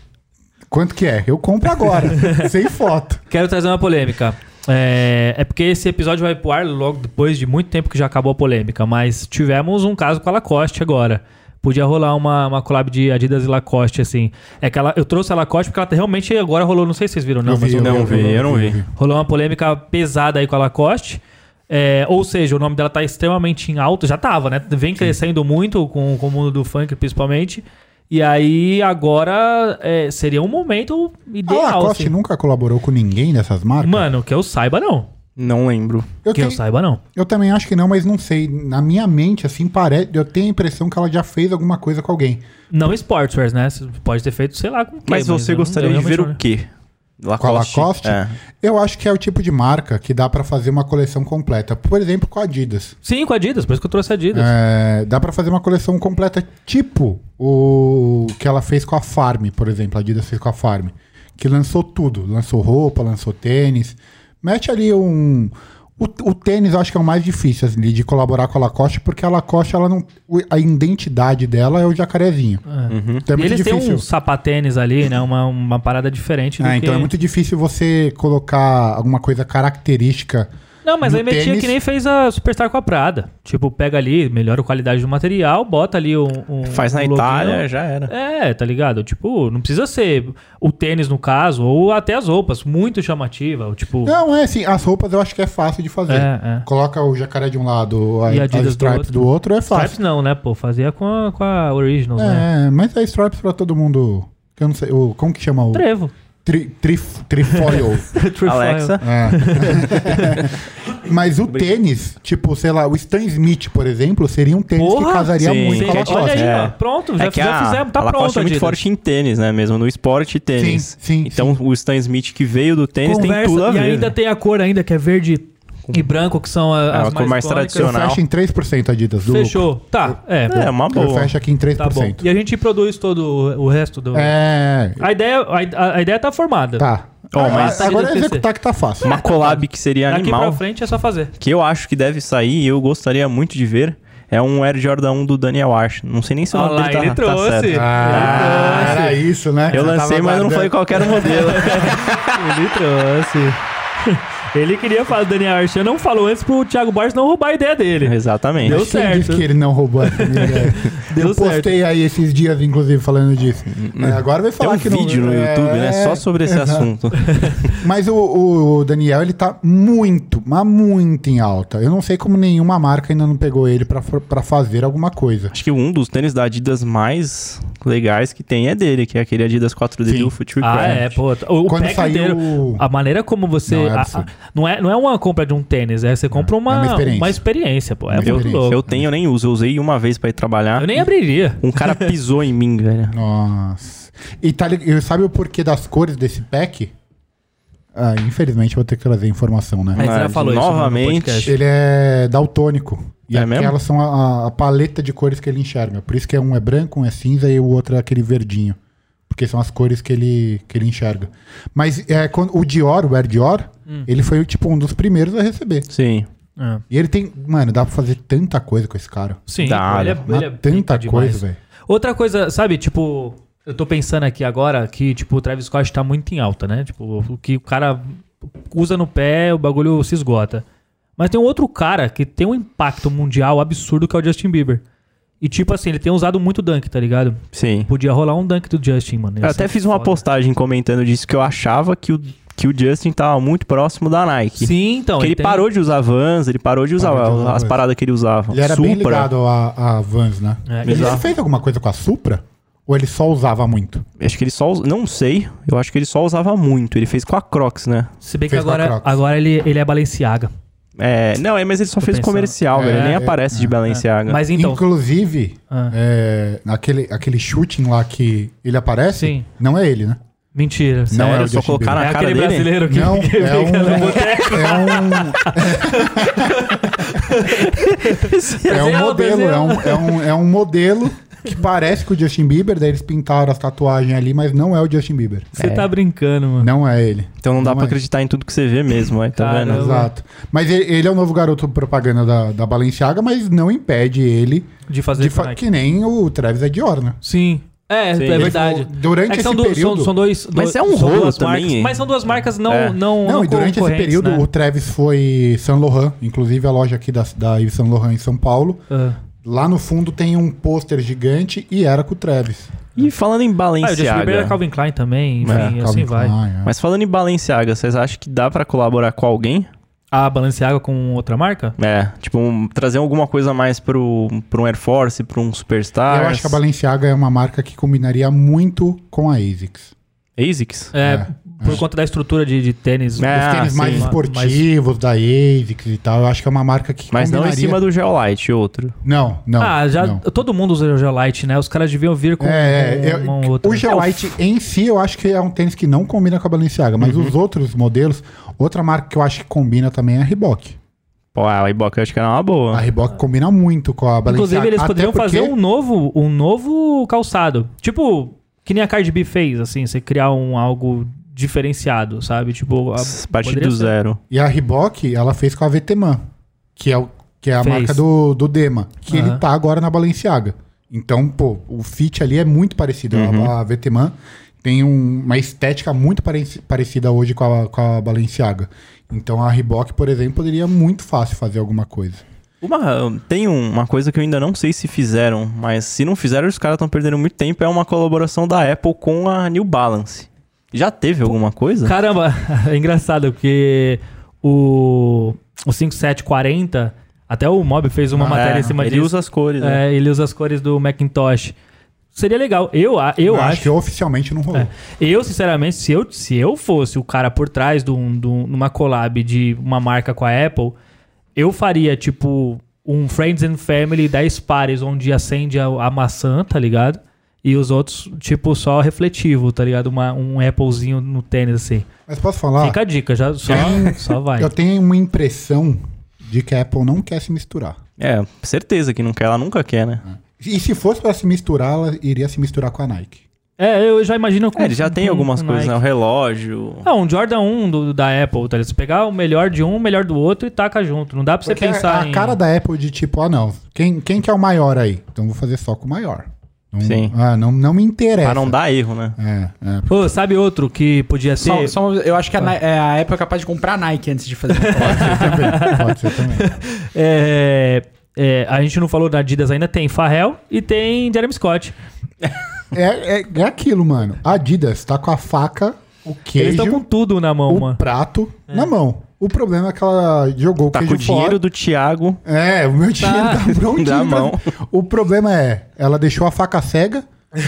[SPEAKER 3] Quanto que é? Eu compro agora,
[SPEAKER 1] *laughs*
[SPEAKER 3] sem foto.
[SPEAKER 1] Quero trazer uma polêmica. É, é porque esse episódio vai pro ar logo depois de muito tempo que já acabou a polêmica, mas tivemos um caso com a Lacoste agora. Podia rolar uma, uma collab de Adidas e Lacoste, assim. É que ela, eu trouxe a Lacoste porque ela realmente agora rolou, não sei se vocês viram, não,
[SPEAKER 3] Eu
[SPEAKER 1] mas
[SPEAKER 3] vi,
[SPEAKER 1] rolou,
[SPEAKER 2] não vi,
[SPEAKER 1] rolou-
[SPEAKER 2] eu não vi.
[SPEAKER 1] rolou uma polêmica pesada aí com a Lacoste. É, ou seja, o nome dela tá extremamente em alto, já tava, né? Vem crescendo muito com, com o mundo do funk, principalmente. E aí, agora é, seria um momento
[SPEAKER 3] Ah, A
[SPEAKER 1] ideal.
[SPEAKER 3] Lacoste
[SPEAKER 1] assim.
[SPEAKER 3] nunca colaborou com ninguém dessas marcas?
[SPEAKER 1] Mano, que eu saiba, não.
[SPEAKER 2] Não lembro.
[SPEAKER 3] eu,
[SPEAKER 1] que
[SPEAKER 3] tenho,
[SPEAKER 1] eu saiba, não.
[SPEAKER 3] eu também acho que não, mas não sei. Na minha mente, assim, parece. Eu tenho a impressão que ela já fez alguma coisa com alguém.
[SPEAKER 1] Não Sportswear, né? Você pode ter feito, sei lá, com quem,
[SPEAKER 2] Mas você
[SPEAKER 1] eu não-
[SPEAKER 2] gostaria
[SPEAKER 1] né? eu
[SPEAKER 2] de
[SPEAKER 1] realmente
[SPEAKER 2] ver
[SPEAKER 1] não-
[SPEAKER 2] o quê?
[SPEAKER 3] Com a Lacoste,
[SPEAKER 2] É.
[SPEAKER 3] eu acho que é o tipo de marca que dá pra fazer uma coleção completa. Por exemplo, com a Adidas.
[SPEAKER 1] Sim, com a Adidas, por isso que eu trouxe a Adidas.
[SPEAKER 3] É, dá pra fazer uma coleção completa, tipo o que ela fez com a Farm, por exemplo. A Adidas fez com a Farm. Que lançou tudo. Lançou roupa, lançou tênis. Mete ali um. O, o tênis eu acho que é o mais difícil assim, de colaborar com a Lacoste, porque a Lacoste, ela não. o- A identidade dela é o jacarezinho. Então é
[SPEAKER 1] e
[SPEAKER 3] muito
[SPEAKER 1] eles têm
[SPEAKER 3] difícil.
[SPEAKER 1] um sapatênis ali, né? Uma, uma parada diferente do
[SPEAKER 3] É,
[SPEAKER 1] que...
[SPEAKER 3] então é muito difícil você colocar alguma coisa característica.
[SPEAKER 1] Não, mas
[SPEAKER 3] no
[SPEAKER 1] aí metia
[SPEAKER 3] tênis-
[SPEAKER 1] que nem fez a Superstar com a Prada. Tipo, pega ali, melhora a qualidade do material, bota ali um... um-
[SPEAKER 2] Faz na
[SPEAKER 1] um loginho.
[SPEAKER 2] Itália, já era.
[SPEAKER 1] É, tá ligado? Tipo, não precisa ser o tênis, no caso, ou até as roupas, muito chamativa. ou Tipo,
[SPEAKER 3] Não, é assim, as roupas eu acho que é fácil de fazer.
[SPEAKER 1] É, é.
[SPEAKER 3] Coloca o jacaré de um lado, a,
[SPEAKER 1] E a
[SPEAKER 3] as
[SPEAKER 1] Adidas do
[SPEAKER 3] stripes
[SPEAKER 1] outro.
[SPEAKER 3] do outro, é fácil.
[SPEAKER 1] Stripes não, né, pô? Fazia com a, com a Originals, né?
[SPEAKER 3] É, mas é stripes pra todo mundo. que Eu não sei. O, como que chama o.
[SPEAKER 1] Trevo. *laughs*
[SPEAKER 3] Tri, trif- trifoil.
[SPEAKER 1] Trefoil.
[SPEAKER 2] Alexa.
[SPEAKER 3] É. *laughs* mas o tênis, tipo, sei lá, o Stan Smith, por exemplo, seria um tênis que
[SPEAKER 1] Porra!
[SPEAKER 3] casaria
[SPEAKER 2] Sim,
[SPEAKER 3] muito com a
[SPEAKER 2] sim.
[SPEAKER 1] Olha
[SPEAKER 3] Lacoste.
[SPEAKER 1] aí,
[SPEAKER 2] É.
[SPEAKER 1] ó, pronto, já,
[SPEAKER 2] É que
[SPEAKER 1] já
[SPEAKER 2] a,
[SPEAKER 1] fizemos, tá
[SPEAKER 2] a Lacoste
[SPEAKER 1] pronto.
[SPEAKER 2] é muito
[SPEAKER 1] Adidas.
[SPEAKER 2] forte em tênis, né? Mesmo no esporte e tênis.
[SPEAKER 3] Sim, sim,
[SPEAKER 2] Então o Stan Smith que veio do tênis
[SPEAKER 1] Conversa,
[SPEAKER 2] tem tudo a ver.
[SPEAKER 1] e ainda
[SPEAKER 2] né?
[SPEAKER 1] tem a cor ainda que é verde
[SPEAKER 2] com.
[SPEAKER 1] E branco, que são a-
[SPEAKER 2] É,
[SPEAKER 1] as
[SPEAKER 2] a cor mais
[SPEAKER 1] mais icônicas.
[SPEAKER 2] tradicional.
[SPEAKER 3] Fecha em 3% Adidas do lucro.
[SPEAKER 1] Fechou. Tá, é.
[SPEAKER 2] É, uma
[SPEAKER 3] Eu
[SPEAKER 2] boa.
[SPEAKER 3] fecho aqui em 3%.
[SPEAKER 1] Tá bom. E a gente produz todo o- o resto do...
[SPEAKER 3] É.
[SPEAKER 1] A ideia, a, a ideia tá formada.
[SPEAKER 3] Tá.
[SPEAKER 2] Ó,
[SPEAKER 3] Ah,
[SPEAKER 2] mas-
[SPEAKER 3] agora é executar que tá fácil.
[SPEAKER 2] Uma collab que seria
[SPEAKER 1] Daqui
[SPEAKER 2] animal.
[SPEAKER 1] pra frente é só fazer.
[SPEAKER 2] que eu acho que deve sair e eu gostaria muito de ver é um Air Jordan 1 do Daniel Arsh. Não sei nem se o
[SPEAKER 1] Olha
[SPEAKER 2] nome
[SPEAKER 1] lá,
[SPEAKER 2] dele tá,
[SPEAKER 1] ele
[SPEAKER 2] tá
[SPEAKER 1] trouxe.
[SPEAKER 2] certo.
[SPEAKER 3] Ah,
[SPEAKER 1] Ele
[SPEAKER 3] era isso, né?
[SPEAKER 2] Eu
[SPEAKER 3] Você
[SPEAKER 2] lancei,
[SPEAKER 3] tava
[SPEAKER 2] mas não
[SPEAKER 3] guardando.
[SPEAKER 2] foi qualquer um modelo.
[SPEAKER 1] trouxe. *laughs* Ele trouxe. Ele queria falar do Daniel Archer, não falou antes pro Thiago Borges não roubar a ideia
[SPEAKER 2] É,
[SPEAKER 1] dele.
[SPEAKER 2] *laughs* Exatamente.
[SPEAKER 1] Deu
[SPEAKER 3] Mas quem
[SPEAKER 1] certo.
[SPEAKER 3] disse que ele não roubou
[SPEAKER 1] *laughs*
[SPEAKER 3] essa minha ideia?
[SPEAKER 1] Deu
[SPEAKER 3] Eu postei aí esses dias, inclusive, falando disso. É, agora vai
[SPEAKER 2] Tem
[SPEAKER 3] falar
[SPEAKER 2] um
[SPEAKER 3] que
[SPEAKER 2] vídeo
[SPEAKER 3] não...
[SPEAKER 2] no
[SPEAKER 3] É,
[SPEAKER 2] YouTube, né? Só sobre esse
[SPEAKER 3] *laughs* exato.
[SPEAKER 2] assunto.
[SPEAKER 3] Mas o, o Daniel, ele tá muito, mas muito em alta. Eu não sei como nenhuma marca ainda não pegou ele pra, for- pra fazer alguma coisa.
[SPEAKER 2] Acho que um dos tênis da Adidas mais legais que tem é dele, que é aquele Adidas 4D
[SPEAKER 3] Sim.
[SPEAKER 2] do Future
[SPEAKER 1] Ah,
[SPEAKER 2] Craft.
[SPEAKER 1] é, pô. O, o
[SPEAKER 3] Quando
[SPEAKER 1] pack
[SPEAKER 3] saiu
[SPEAKER 1] inteiro,
[SPEAKER 3] o-
[SPEAKER 1] a maneira como você...
[SPEAKER 3] Não, é
[SPEAKER 1] a- a-
[SPEAKER 3] absurdo.
[SPEAKER 1] não, é, não é uma compra de um tênis, é você compra uma,
[SPEAKER 3] uma
[SPEAKER 1] uma,
[SPEAKER 3] experiência.
[SPEAKER 1] experiência. pô. É
[SPEAKER 3] Uma
[SPEAKER 1] muito
[SPEAKER 3] experiência.
[SPEAKER 1] louco.
[SPEAKER 2] Eu tenho, eu nem uso. Eu usei uma vez pra ir trabalhar.
[SPEAKER 1] Eu nem abriria. *laughs*
[SPEAKER 2] Um cara pisou em mim, velho.
[SPEAKER 3] Nossa. E tá, lig- e sabe o porquê das cores desse pack? Ah, infelizmente eu vou ter que trazer informação, né?
[SPEAKER 1] Mas você já
[SPEAKER 2] Mas,
[SPEAKER 1] falou isso no- no
[SPEAKER 2] novamente,
[SPEAKER 1] podcast.
[SPEAKER 3] Ele é daltônico. E
[SPEAKER 2] É mesmo?
[SPEAKER 3] aquelas são a, a- a paleta de cores que ele enxerga. Por isso que um é branco, um é cinza e o outro é aquele verdinho. Porque são as cores que ele, que ele enxerga. Mas é, quando, o Dior, o Air Dior, ele foi tipo um dos primeiros a receber.
[SPEAKER 2] Sim.
[SPEAKER 1] É.
[SPEAKER 3] E ele tem. Mano, dá pra fazer tanta coisa com esse cara.
[SPEAKER 1] Sim,
[SPEAKER 2] Da
[SPEAKER 1] pô, ele é,
[SPEAKER 2] área.
[SPEAKER 1] ele
[SPEAKER 3] Mas
[SPEAKER 1] é
[SPEAKER 3] tanta
[SPEAKER 1] pica demais.
[SPEAKER 3] coisa, velho.
[SPEAKER 1] Outra coisa, sabe, tipo, eu tô pensando aqui agora que, tipo, o Travis Scott tá muito em alta, né? Tipo, o que o cara usa no pé, o bagulho se esgota. Mas tem um outro cara que tem um impacto mundial absurdo que é o Justin Bieber. E, tipo assim, ele tem usado muito dunk, tá ligado?
[SPEAKER 2] Sim.
[SPEAKER 1] Podia rolar um dunk do Justin, mano.
[SPEAKER 2] Eu até fiz uma
[SPEAKER 1] postagem.
[SPEAKER 2] postagem comentando disso que eu achava que o, que o Justin tava muito próximo da Nike.
[SPEAKER 1] Sim, então.
[SPEAKER 2] Porque ele
[SPEAKER 1] tem-
[SPEAKER 2] parou de usar Vans, ele parou de usar,
[SPEAKER 3] Parou de usar
[SPEAKER 2] as
[SPEAKER 3] Vans.
[SPEAKER 2] paradas que ele usava.
[SPEAKER 3] Ele era bem
[SPEAKER 2] Supra.
[SPEAKER 3] ligado a, a Vans, né?
[SPEAKER 1] É,
[SPEAKER 3] ele
[SPEAKER 2] exato.
[SPEAKER 3] fez alguma coisa com a Supra? Ou ele só usava muito?
[SPEAKER 2] Acho que ele só us- não sei, eu acho que ele só usava muito. Ele fez com a Crocs, né?
[SPEAKER 1] Se bem que
[SPEAKER 3] Fez com a
[SPEAKER 1] agora,
[SPEAKER 3] Crocs.
[SPEAKER 1] agora ele, ele é Balenciaga.
[SPEAKER 2] É, não, é, mas ele só
[SPEAKER 1] Tô
[SPEAKER 2] fez
[SPEAKER 1] pensando.
[SPEAKER 2] comercial, velho.
[SPEAKER 3] É,
[SPEAKER 2] Ele nem
[SPEAKER 3] é,
[SPEAKER 2] aparece de Balenciaga.
[SPEAKER 1] Mas então.
[SPEAKER 3] Inclusive,
[SPEAKER 1] Ah.
[SPEAKER 3] é, aquele, aquele shooting lá que ele aparece,
[SPEAKER 1] Sim.
[SPEAKER 3] não é ele, né?
[SPEAKER 1] Mentira.
[SPEAKER 3] não é
[SPEAKER 2] Sério,
[SPEAKER 3] o
[SPEAKER 2] só
[SPEAKER 3] Justin
[SPEAKER 2] colocar
[SPEAKER 1] é
[SPEAKER 2] na cara
[SPEAKER 1] aquele
[SPEAKER 2] dele.
[SPEAKER 1] brasileiro que, *laughs*
[SPEAKER 3] Não,
[SPEAKER 1] que
[SPEAKER 3] é
[SPEAKER 1] fica na-
[SPEAKER 3] um, é um, é um
[SPEAKER 1] Brasil,
[SPEAKER 3] modelo,
[SPEAKER 1] Brasil.
[SPEAKER 3] é um, é, um, é um modelo que parece com o Justin Bieber, daí eles pintaram as tatuagens ali, mas não é o Justin Bieber.
[SPEAKER 1] Você tá brincando, mano.
[SPEAKER 3] Não é ele.
[SPEAKER 2] Então não dá
[SPEAKER 3] Não
[SPEAKER 2] pra
[SPEAKER 3] é.
[SPEAKER 2] acreditar em tudo que você vê mesmo, aí, tá
[SPEAKER 1] Caramba.
[SPEAKER 2] vendo?
[SPEAKER 3] Exato. Mas ele, ele é o novo garoto propaganda da, da Balenciaga, mas não impede ele
[SPEAKER 1] De fazer
[SPEAKER 3] de
[SPEAKER 1] com a
[SPEAKER 3] fa
[SPEAKER 1] Nike.
[SPEAKER 3] que nem o Travis é Dior, né?
[SPEAKER 1] Sim. É,
[SPEAKER 2] Sim.
[SPEAKER 1] é verdade.
[SPEAKER 3] Ele falou, durante
[SPEAKER 1] É que são,
[SPEAKER 3] esse
[SPEAKER 1] do- são-
[SPEAKER 3] período-
[SPEAKER 1] são dois,
[SPEAKER 2] Mas
[SPEAKER 1] dois-
[SPEAKER 2] é um
[SPEAKER 1] são
[SPEAKER 2] rolo
[SPEAKER 1] duas
[SPEAKER 2] também,
[SPEAKER 1] marcas-
[SPEAKER 2] hein?
[SPEAKER 1] mas são duas marcas não
[SPEAKER 2] É.
[SPEAKER 1] não,
[SPEAKER 3] Não, e durante esse
[SPEAKER 1] concorrentes,
[SPEAKER 3] período
[SPEAKER 1] né?
[SPEAKER 3] o Travis foi Saint Laurent, inclusive a loja aqui da, da Yves Saint Laurent em São Paulo.
[SPEAKER 1] Ah.
[SPEAKER 3] Lá no fundo tem um pôster gigante e era com o Travis.
[SPEAKER 2] E falando
[SPEAKER 1] Ah, o Justin
[SPEAKER 2] em
[SPEAKER 1] Bieber
[SPEAKER 2] Balenciaga.
[SPEAKER 1] era Calvin Klein também, enfim,
[SPEAKER 2] É,
[SPEAKER 1] assim
[SPEAKER 3] Calvin
[SPEAKER 1] vai.
[SPEAKER 3] Klein, é.
[SPEAKER 2] mas falando em Balenciaga, vocês acham que dá pra colaborar com alguém?
[SPEAKER 1] A Balenciaga com outra marca?
[SPEAKER 2] É, tipo, um- trazer alguma coisa mais pro, pro um Air Force, pra um Superstar.
[SPEAKER 3] Eu acho que a Balenciaga é uma marca que combinaria muito com a ASICS.
[SPEAKER 2] ASICS?
[SPEAKER 1] É,
[SPEAKER 3] É,
[SPEAKER 1] por conta da estrutura de, de tênis.
[SPEAKER 2] É,
[SPEAKER 3] Os
[SPEAKER 2] Ah,
[SPEAKER 3] tênis
[SPEAKER 2] sim.
[SPEAKER 3] mais
[SPEAKER 2] Ma-
[SPEAKER 3] esportivos da ASICS e tal, eu acho que é uma marca que
[SPEAKER 2] Mas não em
[SPEAKER 3] combinaria-
[SPEAKER 2] cima do Geolite, outro.
[SPEAKER 3] Não, não.
[SPEAKER 1] ah, já
[SPEAKER 3] não.
[SPEAKER 1] todo mundo usa o Geolite, né? Os caras deviam vir com
[SPEAKER 3] É, é,
[SPEAKER 1] um, um
[SPEAKER 3] eu-
[SPEAKER 1] outro.
[SPEAKER 3] o Geolite em si eu acho que é um tênis que não combina com a Balenciaga, mas
[SPEAKER 2] Uhum.
[SPEAKER 3] os outros modelos, outra marca que eu acho que combina também é a Reebok.
[SPEAKER 2] Pô, a Iboca eu acho que era uma boa.
[SPEAKER 3] A Reebok combina muito com a Balenciaga.
[SPEAKER 1] Inclusive, eles
[SPEAKER 3] até
[SPEAKER 1] poderiam
[SPEAKER 3] porque-
[SPEAKER 1] fazer um novo, um novo calçado. Tipo, que nem a Cardi B fez, assim, você criar um algo diferenciado, sabe? Tipo, a,
[SPEAKER 2] A partir
[SPEAKER 1] poderia
[SPEAKER 2] do
[SPEAKER 1] ser.
[SPEAKER 2] zero.
[SPEAKER 3] E a Reebok, ela fez com a VTMAN, que é, o, que é a
[SPEAKER 1] Fez.
[SPEAKER 3] marca do, do Dema, que ele
[SPEAKER 1] Aham.
[SPEAKER 3] tá agora na Balenciaga. Então, pô, o fit ali é muito parecido. A, a VTMAN tem um- uma estética muito pareci- parecida hoje com a, com a Balenciaga. Então, a Reebok, por exemplo, poderia muito fácil fazer alguma coisa.
[SPEAKER 2] Uma, tem um- uma coisa que eu ainda não sei se fizeram, mas se não fizeram, os caras estão perdendo muito tempo. É uma colaboração da Apple com a New Balance. Já teve alguma coisa?
[SPEAKER 1] Caramba, *laughs* é engraçado, porque o, o 5740, até o Mob fez uma
[SPEAKER 2] É,
[SPEAKER 1] matéria em cima
[SPEAKER 2] ele
[SPEAKER 1] disso.
[SPEAKER 2] usa as cores, né?
[SPEAKER 1] É, ele usa as cores do Macintosh. Seria legal. Eu, a- eu, acho.
[SPEAKER 3] que oficialmente não rolou.
[SPEAKER 1] é. Eu, sinceramente, se eu, se eu fosse o cara por trás de, um, de um- de uma collab de uma marca com a Apple, eu faria, tipo, um Friends and Family 10 pares, onde acende a, a maçã, tá ligado? E os outros, tipo, só refletivo, tá ligado? Uma, um Applezinho no tênis, assim.
[SPEAKER 3] Mas posso falar?
[SPEAKER 1] Fica a dica, já
[SPEAKER 3] *laughs*
[SPEAKER 1] só, só vai.
[SPEAKER 3] Ah. Eu tenho uma impressão de que a Apple não quer se misturar.
[SPEAKER 2] É, certeza que não quer, ela nunca quer,
[SPEAKER 3] Hum.
[SPEAKER 2] né?
[SPEAKER 3] E se fosse pra se misturar, ela iria se misturar com a Nike.
[SPEAKER 1] É, eu já imagino com.
[SPEAKER 2] É, ele já tem
[SPEAKER 3] Uhum.
[SPEAKER 1] com-
[SPEAKER 2] algumas
[SPEAKER 1] com
[SPEAKER 2] coisas, né? O
[SPEAKER 1] Nike.
[SPEAKER 2] relógio.
[SPEAKER 1] Ah, um Jordan 1 do- da Apple, tá ligado? Você pegar o melhor de um, o melhor do outro e taca junto. Não dá pra você
[SPEAKER 3] Porque a-
[SPEAKER 1] pensar
[SPEAKER 3] a,
[SPEAKER 1] em.
[SPEAKER 3] cara da Apple de tipo, ah não, quem, quem que é o maior aí? Então vou fazer só com o maior. Não,
[SPEAKER 2] Sim.
[SPEAKER 3] Ah, não, não me interessa.
[SPEAKER 2] Pra não dar erro, né?
[SPEAKER 3] É, é.
[SPEAKER 1] Pô, sabe outro que podia ser.
[SPEAKER 4] Só, só- eu acho que a, Ni- é, a Apple é capaz de comprar a Nike antes de fazer.
[SPEAKER 3] Pode ser também.
[SPEAKER 1] É, é, a gente não falou da Adidas ainda, tem Farrell e tem Jeremy Scott.
[SPEAKER 3] É, é, é aquilo, mano. A Adidas tá com a faca, o
[SPEAKER 1] Eles estão com
[SPEAKER 3] queijo,
[SPEAKER 1] tudo na mão,
[SPEAKER 3] o
[SPEAKER 1] mano.
[SPEAKER 3] prato na mão. O problema é que ela jogou o
[SPEAKER 2] Tá com
[SPEAKER 3] queijo
[SPEAKER 2] o dinheiro
[SPEAKER 3] fora.
[SPEAKER 2] do Thiago.
[SPEAKER 3] É, o meu dinheiro tá,
[SPEAKER 2] *laughs*
[SPEAKER 3] prontinho.
[SPEAKER 2] Da
[SPEAKER 3] pra-
[SPEAKER 2] mão.
[SPEAKER 3] O problema é, ela deixou a faca cega,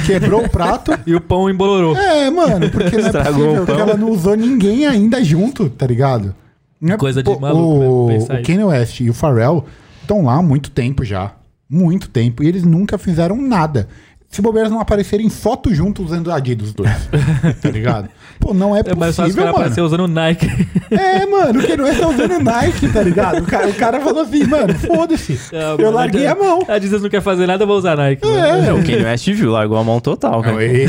[SPEAKER 3] quebrou o prato.
[SPEAKER 1] E o pão embolorou.
[SPEAKER 3] É, mano, porque não é
[SPEAKER 2] Estragou
[SPEAKER 3] possível
[SPEAKER 2] o
[SPEAKER 3] que
[SPEAKER 2] pão.
[SPEAKER 3] ela não usou ninguém ainda junto, tá ligado? Não é-
[SPEAKER 1] Coisa de
[SPEAKER 3] pô,
[SPEAKER 1] maluco, né?
[SPEAKER 3] O,
[SPEAKER 1] Pensar
[SPEAKER 3] o
[SPEAKER 1] isso.
[SPEAKER 3] Kanye West e o Pharrell estão lá há muito tempo já. Muito tempo. E eles nunca fizeram nada. Se bobear, eles não aparecerem em foto juntos usando Adidas os
[SPEAKER 1] *laughs*
[SPEAKER 3] dois. tá ligado? Pô, não é
[SPEAKER 1] É mais fácil o
[SPEAKER 3] possível,
[SPEAKER 1] cara
[SPEAKER 3] mano.
[SPEAKER 1] aparecer usando Nike.
[SPEAKER 3] É, mano, o Kanye West tá usando Nike, tá ligado? O cara, o cara falou assim, mano, foda-se.
[SPEAKER 1] Ah,
[SPEAKER 3] eu
[SPEAKER 1] mano,
[SPEAKER 3] larguei a mão.
[SPEAKER 1] A *laughs* Adidas não quer fazer nada, eu vou usar Nike. mano.
[SPEAKER 2] É,
[SPEAKER 3] É,
[SPEAKER 2] o Kanye West viu, largou a mão total,
[SPEAKER 3] Não,
[SPEAKER 2] cara.
[SPEAKER 3] e-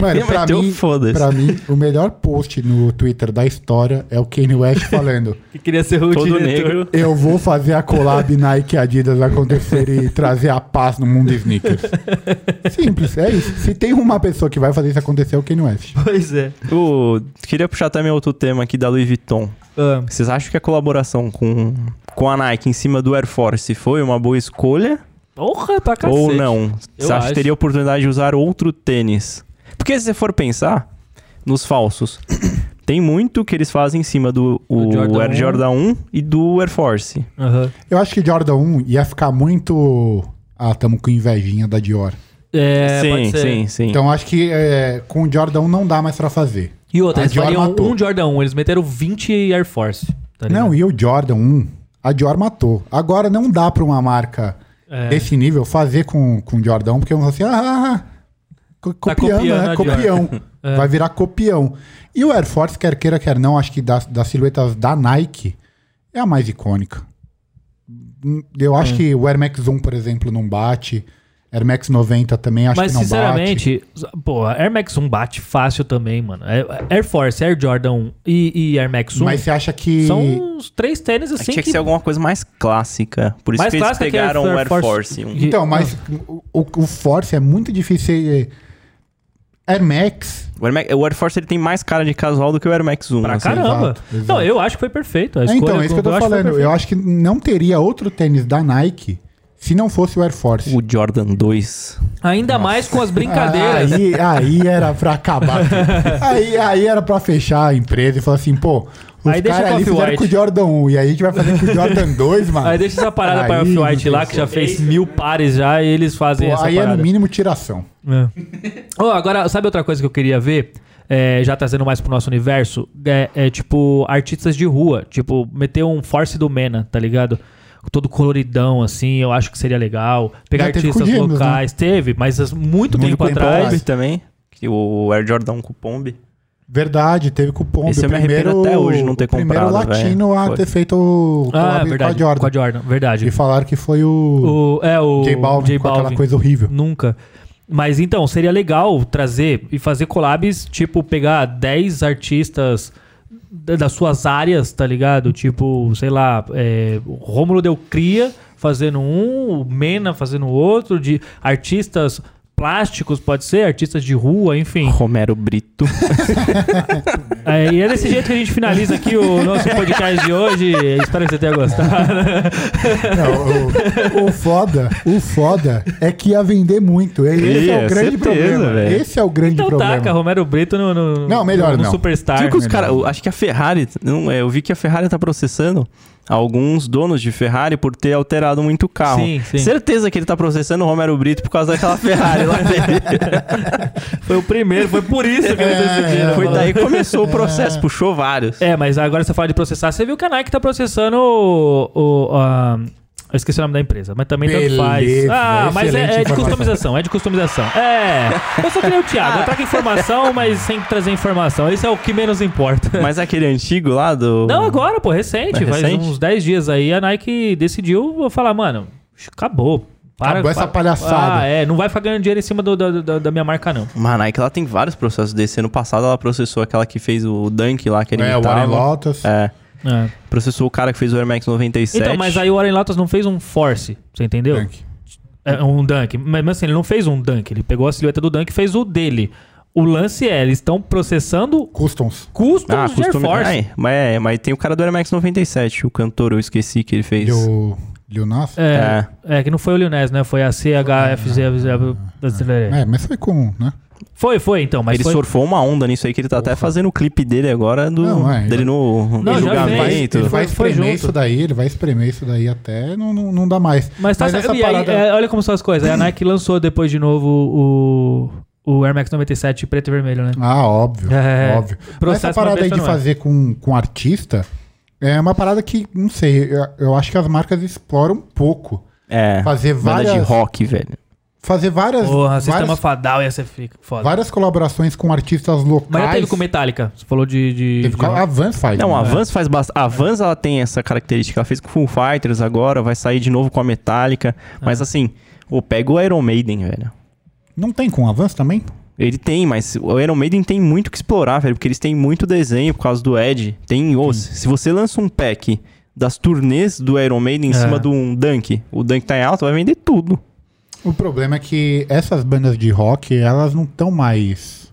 [SPEAKER 3] Mano, pra
[SPEAKER 2] Meteu
[SPEAKER 3] mim,
[SPEAKER 2] foda-se.
[SPEAKER 3] pra mim, o melhor post no Twitter da história é o Kanye West falando:
[SPEAKER 1] Que queria ser o
[SPEAKER 2] Todo
[SPEAKER 1] diretor.
[SPEAKER 2] negro.
[SPEAKER 3] Eu vou fazer a collab Nike e Adidas acontecer e trazer a paz no mundo de sneakers. Simples, é isso. Se tem uma pessoa que vai fazer isso acontecer, é o Kanye West.
[SPEAKER 1] *laughs* Pois é.
[SPEAKER 2] O- Queria puxar também outro tema aqui da Louis Vuitton.
[SPEAKER 1] Ah,
[SPEAKER 2] Vocês acham que a colaboração com, com a Nike em cima do Air Force foi uma boa escolha
[SPEAKER 1] porra, pra cacete.
[SPEAKER 2] ou não?
[SPEAKER 1] Eu
[SPEAKER 2] Você acha
[SPEAKER 1] acho.
[SPEAKER 2] que teria oportunidade de usar outro tênis? Porque se você for pensar nos falsos, *coughs* tem muito que eles fazem em cima do o
[SPEAKER 1] Do Jordan
[SPEAKER 2] Air
[SPEAKER 1] 1.
[SPEAKER 2] Jordan 1 e do Air Force.
[SPEAKER 1] Aham.
[SPEAKER 3] Eu acho que Jordan 1 ia ficar muito. Ah, tamo com invejinha da Dior.
[SPEAKER 1] É, pode
[SPEAKER 2] sim,
[SPEAKER 1] ser.
[SPEAKER 2] sim, sim.
[SPEAKER 3] Então acho que é, com o Jordan 1 não dá mais pra fazer.
[SPEAKER 1] E outra,
[SPEAKER 3] A
[SPEAKER 1] eles
[SPEAKER 3] Dior
[SPEAKER 1] fariam
[SPEAKER 3] matou.
[SPEAKER 1] um Jordan 1, eles meteram 20 Air Force. tá ligado?
[SPEAKER 3] Não, e o Jordan 1, a Dior matou. Agora não dá pra uma marca
[SPEAKER 1] É.
[SPEAKER 3] desse nível fazer com, com o Jordan 1, porque vão falar assim, ah, ah, ah, co-
[SPEAKER 1] Tá copiando
[SPEAKER 3] copiando,
[SPEAKER 1] É. a
[SPEAKER 3] né?
[SPEAKER 1] Dior.
[SPEAKER 3] Copião.
[SPEAKER 1] *laughs*
[SPEAKER 3] Vai virar copião. E o Air Force, quer queira, quer não, acho que das, das silhuetas da Nike, é a mais icônica. Hum, Eu
[SPEAKER 1] É.
[SPEAKER 3] acho que o Air Max 1, por exemplo, não bate. Air Max 90 também acho
[SPEAKER 1] Mas,
[SPEAKER 3] que não bate.
[SPEAKER 1] sinceramente, pô, Air Max 1 bate fácil também, mano. É- Air Force, Air Jordan 1 e, e Air Max 1
[SPEAKER 3] Mas você acha que...
[SPEAKER 1] são uns três tênis
[SPEAKER 2] É que
[SPEAKER 1] assim
[SPEAKER 2] tinha que,
[SPEAKER 1] que...
[SPEAKER 2] ser alguma coisa mais clássica. Por isso
[SPEAKER 1] Mais
[SPEAKER 2] que eles
[SPEAKER 1] clássica que é
[SPEAKER 2] pegaram
[SPEAKER 1] Air
[SPEAKER 2] o Air
[SPEAKER 1] Force.
[SPEAKER 2] Force.
[SPEAKER 1] E-
[SPEAKER 2] um.
[SPEAKER 3] Então, mas
[SPEAKER 1] Ah.
[SPEAKER 3] o, o- o Force é muito difícil. ser- eh, Air Max
[SPEAKER 2] O, Air Max- o Air Force ele tem mais cara de casual do que o Air Max 1.
[SPEAKER 1] Pra
[SPEAKER 2] assim.
[SPEAKER 1] caramba.
[SPEAKER 3] exato, exato.
[SPEAKER 1] Não, eu acho que foi perfeito. A
[SPEAKER 3] É,
[SPEAKER 1] escolha
[SPEAKER 3] então, é isso que eu tô
[SPEAKER 1] acho tá foi
[SPEAKER 3] falando. eu
[SPEAKER 1] perfeita.
[SPEAKER 3] acho que não teria outro tênis da Nike se não fosse o Air Force.
[SPEAKER 2] O Jordan 2.
[SPEAKER 1] Ainda mais com as brincadeiras.
[SPEAKER 3] Aí, Ah, aí era pra acabar. aí, aí era pra fechar a empresa e falar assim, pô, os
[SPEAKER 1] Aí deixa
[SPEAKER 3] caras
[SPEAKER 1] com
[SPEAKER 3] ali
[SPEAKER 1] a
[SPEAKER 3] fizeram
[SPEAKER 1] Off-White.
[SPEAKER 3] com o Jordan 1 e aí a gente vai fazer com o Jordan 2, mano.
[SPEAKER 1] Aí deixa essa parada
[SPEAKER 3] Aí,
[SPEAKER 1] para o White
[SPEAKER 3] não
[SPEAKER 1] lá,
[SPEAKER 3] tem
[SPEAKER 1] que já
[SPEAKER 3] como.
[SPEAKER 1] fez mil pares já, e eles fazem
[SPEAKER 3] Pô,
[SPEAKER 1] essa
[SPEAKER 3] aí é
[SPEAKER 1] parada.
[SPEAKER 3] no mínimo tiração.
[SPEAKER 1] É. Ô, agora, sabe outra coisa que eu queria ver? É, já trazendo mais pro nosso universo, é, é, tipo artistas de rua. Tipo, meter um Force do Mena, tá ligado? Todo coloridão, assim, eu acho que seria legal. Pegar
[SPEAKER 3] Já teve
[SPEAKER 1] artistas
[SPEAKER 3] com Gêmeos,
[SPEAKER 1] locais. Teve, mas as- muito,
[SPEAKER 3] Muito
[SPEAKER 1] tempo
[SPEAKER 3] tempo
[SPEAKER 1] atrás.
[SPEAKER 2] Pombe também. que O Air Jordan 1 com o Pombe.
[SPEAKER 3] Verdade, teve cupom.
[SPEAKER 2] Esse
[SPEAKER 3] o
[SPEAKER 2] eu me arrependo
[SPEAKER 3] primeiro-
[SPEAKER 2] até hoje não ter
[SPEAKER 3] o primeiro
[SPEAKER 2] comprado,
[SPEAKER 3] latino
[SPEAKER 2] velho.
[SPEAKER 3] a
[SPEAKER 2] Foi.
[SPEAKER 3] ter feito o
[SPEAKER 1] Ah,
[SPEAKER 3] collab
[SPEAKER 1] verdade.
[SPEAKER 3] com a Jordan.
[SPEAKER 1] verdade.
[SPEAKER 3] E falaram que foi o,
[SPEAKER 1] O, é, o
[SPEAKER 3] tipo, J Balvin, com aquela coisa tipo. horrível.
[SPEAKER 1] Nunca. Mas então, seria legal trazer e fazer collabs, tipo, pegar 10 artistas da- das suas áreas, tá ligado? Tipo, sei lá, é, o Rômulo Del Cria fazendo um, o Mena fazendo outro, de artistas plásticos, pode ser, artistas de rua,
[SPEAKER 3] *laughs*
[SPEAKER 1] enfim.
[SPEAKER 2] Romero Brito.
[SPEAKER 1] É, e é desse jeito que a gente finaliza aqui o nosso podcast de hoje. Espero que você tenha gostado.
[SPEAKER 3] Não, o, o foda, o foda é que ia vender muito. Esse é
[SPEAKER 2] Ia,
[SPEAKER 3] o grande
[SPEAKER 2] certeza,
[SPEAKER 3] problema.
[SPEAKER 2] velho.
[SPEAKER 3] Esse é o grande
[SPEAKER 1] Então
[SPEAKER 3] problema.
[SPEAKER 1] taca, Romero Brito no, no,
[SPEAKER 3] Não, melhor
[SPEAKER 1] no
[SPEAKER 3] não.
[SPEAKER 1] Superstar.
[SPEAKER 2] Viu que Tipo, os
[SPEAKER 3] melhor.
[SPEAKER 2] cara, *laughs* eu acho que a Ferrari. não, é, eu vi que a Ferrari tá processando alguns donos de Ferrari por ter alterado muito o carro.
[SPEAKER 1] Sim, sim.
[SPEAKER 2] Certeza que ele tá processando o Romero Brito por causa daquela Ferrari lá dele.
[SPEAKER 1] Foi o primeiro, foi por isso que eles decidiram.
[SPEAKER 3] *laughs* É,
[SPEAKER 2] Foi daí que começou o processo, puxou vários.
[SPEAKER 1] É, mas agora você fala de processar, você viu que a Nike tá processando o, o, a- Eu esqueci o nome da empresa, mas também tanto
[SPEAKER 3] Beleza,
[SPEAKER 1] faz. Ah, mas
[SPEAKER 3] excelente
[SPEAKER 1] é, é de
[SPEAKER 3] informação.
[SPEAKER 1] customização, é de customização. É, eu só queria o Thiago, eu trago informação, mas sem trazer informação. Isso é o que menos importa.
[SPEAKER 2] Mas aquele antigo lá do.
[SPEAKER 1] Não, agora, pô, recente,
[SPEAKER 2] É
[SPEAKER 1] faz
[SPEAKER 2] recente?
[SPEAKER 1] uns 10 dias aí, a Nike decidiu falar, mano, acabou. Para,
[SPEAKER 3] Acabou essa
[SPEAKER 1] para-
[SPEAKER 3] palhaçada.
[SPEAKER 1] Ah, é, não vai ficar ganhando dinheiro em cima do- da- da- da minha marca, não.
[SPEAKER 2] Mas a Nike ela tem vários processos desse. Ano passado ela processou aquela que fez o Dunk lá, que ele tá
[SPEAKER 3] É, o Warren Lotus.
[SPEAKER 2] É.
[SPEAKER 1] É.
[SPEAKER 2] Processou o cara que fez o Air Max 97.
[SPEAKER 1] Então, mas aí o Warren Lotus não fez um force, você entendeu?
[SPEAKER 3] Dunk.
[SPEAKER 1] É, um dunk. Mas mas assim, ele não fez um dunk. Ele pegou a silhueta do dunk e fez o dele. O lance é, eles estão processando
[SPEAKER 3] Customs.
[SPEAKER 1] custos
[SPEAKER 2] Ah,
[SPEAKER 1] de Air
[SPEAKER 2] costume...
[SPEAKER 1] Force.
[SPEAKER 2] Ai, mas, é, mas tem o cara do Air Max 97, o cantor, eu esqueci que ele fez.
[SPEAKER 3] E o Lil Nas.
[SPEAKER 1] É, é, que não foi o Lioness, né? Foi a CHFZ.
[SPEAKER 3] É, mas foi com, né?
[SPEAKER 1] Foi, foi, então. Mas
[SPEAKER 2] ele
[SPEAKER 1] foi...
[SPEAKER 2] surfou uma onda nisso aí que ele tá até fazendo o clipe dele agora do
[SPEAKER 3] Não, é,
[SPEAKER 2] dele
[SPEAKER 3] ele-
[SPEAKER 2] no
[SPEAKER 1] Não, já
[SPEAKER 2] no
[SPEAKER 3] Vai,
[SPEAKER 1] fez,
[SPEAKER 2] julgamento.
[SPEAKER 3] ele
[SPEAKER 1] Foi-
[SPEAKER 3] vai
[SPEAKER 1] foi
[SPEAKER 3] espremer
[SPEAKER 1] junto.
[SPEAKER 3] isso daí, ele vai espremer isso daí até não, não, não dá mais.
[SPEAKER 1] Mas tá certo. E aí, é, olha como são as coisas. A Nike lançou depois de novo o, o Air Max 97 preto e vermelho, né?
[SPEAKER 3] Ah, óbvio,
[SPEAKER 1] É,
[SPEAKER 3] óbvio. Mas
[SPEAKER 1] processo
[SPEAKER 3] essa parada
[SPEAKER 1] uma
[SPEAKER 3] aí
[SPEAKER 1] besta
[SPEAKER 3] de
[SPEAKER 1] não é.
[SPEAKER 3] fazer com, com artista é uma parada que, não sei, eu, eu acho que as marcas exploram um pouco.
[SPEAKER 2] É.
[SPEAKER 3] Fazer
[SPEAKER 2] banda
[SPEAKER 3] várias,
[SPEAKER 2] de rock, velho.
[SPEAKER 3] fazer várias,
[SPEAKER 1] Porra, sistema
[SPEAKER 3] várias,
[SPEAKER 1] fadal ia ser fica- foda.
[SPEAKER 3] várias colaborações com artistas locais.
[SPEAKER 1] Mas já teve com Metallica. Você falou de. de-
[SPEAKER 3] Teve
[SPEAKER 1] de-
[SPEAKER 3] com a Vans faz.
[SPEAKER 2] Não, a
[SPEAKER 3] né?
[SPEAKER 2] Vans faz bastante. A Vans ela tem essa característica. Ela fez com Full Fighters agora, vai sair de novo com a Metallica.
[SPEAKER 1] Ah.
[SPEAKER 2] Mas assim, pô, pega o Iron Maiden, velho.
[SPEAKER 3] Não tem com a Vans também?
[SPEAKER 2] Ele tem, mas o Iron Maiden tem muito o que explorar, velho, porque eles têm muito desenho por causa do Ed. Tem ou se se você lança um pack das turnês do Iron Maiden em
[SPEAKER 1] É.
[SPEAKER 2] cima de um Dunk, o Dunk tá em alta, vai vender tudo.
[SPEAKER 3] O problema é que essas bandas de rock, elas não estão mais.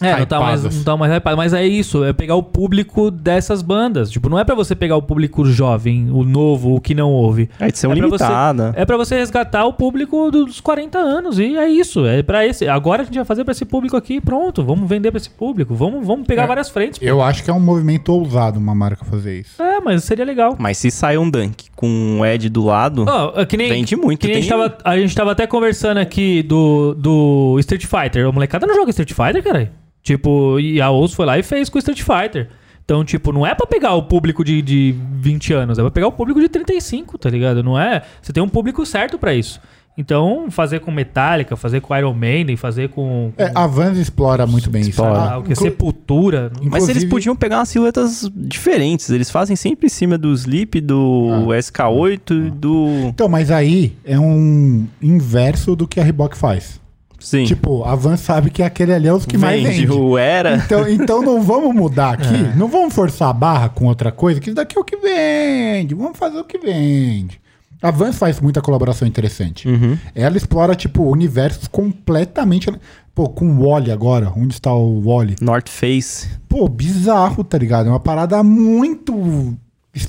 [SPEAKER 1] É, não tá, mais,
[SPEAKER 3] hypadas.
[SPEAKER 1] não tá mais hypado. Mas é isso, é pegar o público dessas bandas. Tipo, não é pra você pegar o público jovem, o novo, o que não ouve.
[SPEAKER 2] A edição
[SPEAKER 1] é pra
[SPEAKER 2] limitada.
[SPEAKER 1] Você, é pra você resgatar o público dos 40 anos. E é isso. É para esse. Agora a gente vai fazer pra esse público aqui pronto. Vamos vender pra esse público. Vamos, vamos pegar
[SPEAKER 3] É.
[SPEAKER 1] várias frentes.
[SPEAKER 3] Eu acho que é um movimento ousado uma marca fazer isso.
[SPEAKER 1] É, mas seria legal.
[SPEAKER 2] Mas se sai um Dunk com o Ed do lado,
[SPEAKER 1] Ó, é que nem,
[SPEAKER 2] vende muito.
[SPEAKER 1] que nem a,
[SPEAKER 2] Tem-
[SPEAKER 1] gente tava, a gente tava até conversando aqui do, do Street Fighter. O molecada não joga Street Fighter, cara. Tipo, e a Oz foi lá e fez com o Street Fighter. Então, tipo, não é pra pegar o público de, de 20 anos, é pra pegar o público de 35, tá ligado? Não é. Você tem um público certo pra isso. Então, fazer com Metallica, fazer com Iron Maiden, fazer com. com
[SPEAKER 3] É, a Vans explora muito bem
[SPEAKER 1] sei
[SPEAKER 3] isso.
[SPEAKER 1] lá,
[SPEAKER 3] Ah,
[SPEAKER 1] o que?
[SPEAKER 3] inclu-
[SPEAKER 1] Sepultura.
[SPEAKER 2] Mas eles
[SPEAKER 3] inclusive-
[SPEAKER 2] podiam pegar umas silhuetas diferentes. Eles fazem sempre em cima do Sleep, do
[SPEAKER 3] Ah.
[SPEAKER 2] SK8 e do.
[SPEAKER 3] Então, mas aí é um inverso do que a Reebok faz.
[SPEAKER 2] Sim.
[SPEAKER 3] Tipo, a Van sabe que aquele ali é os que mais
[SPEAKER 2] vende
[SPEAKER 3] vende.
[SPEAKER 2] o
[SPEAKER 1] *laughs*
[SPEAKER 2] Era.
[SPEAKER 3] Então, então não vamos mudar aqui,
[SPEAKER 1] É.
[SPEAKER 3] não vamos forçar a barra com outra coisa, que isso daqui é o que vende, vamos fazer o que vende. A Vans faz muita colaboração interessante.
[SPEAKER 1] Hum. Uhum.
[SPEAKER 3] Ela explora, tipo, universos completamente... Pô, com o Wally agora, onde está o Wally?
[SPEAKER 2] North Face.
[SPEAKER 3] Pô, bizarro, tá ligado? É uma parada muito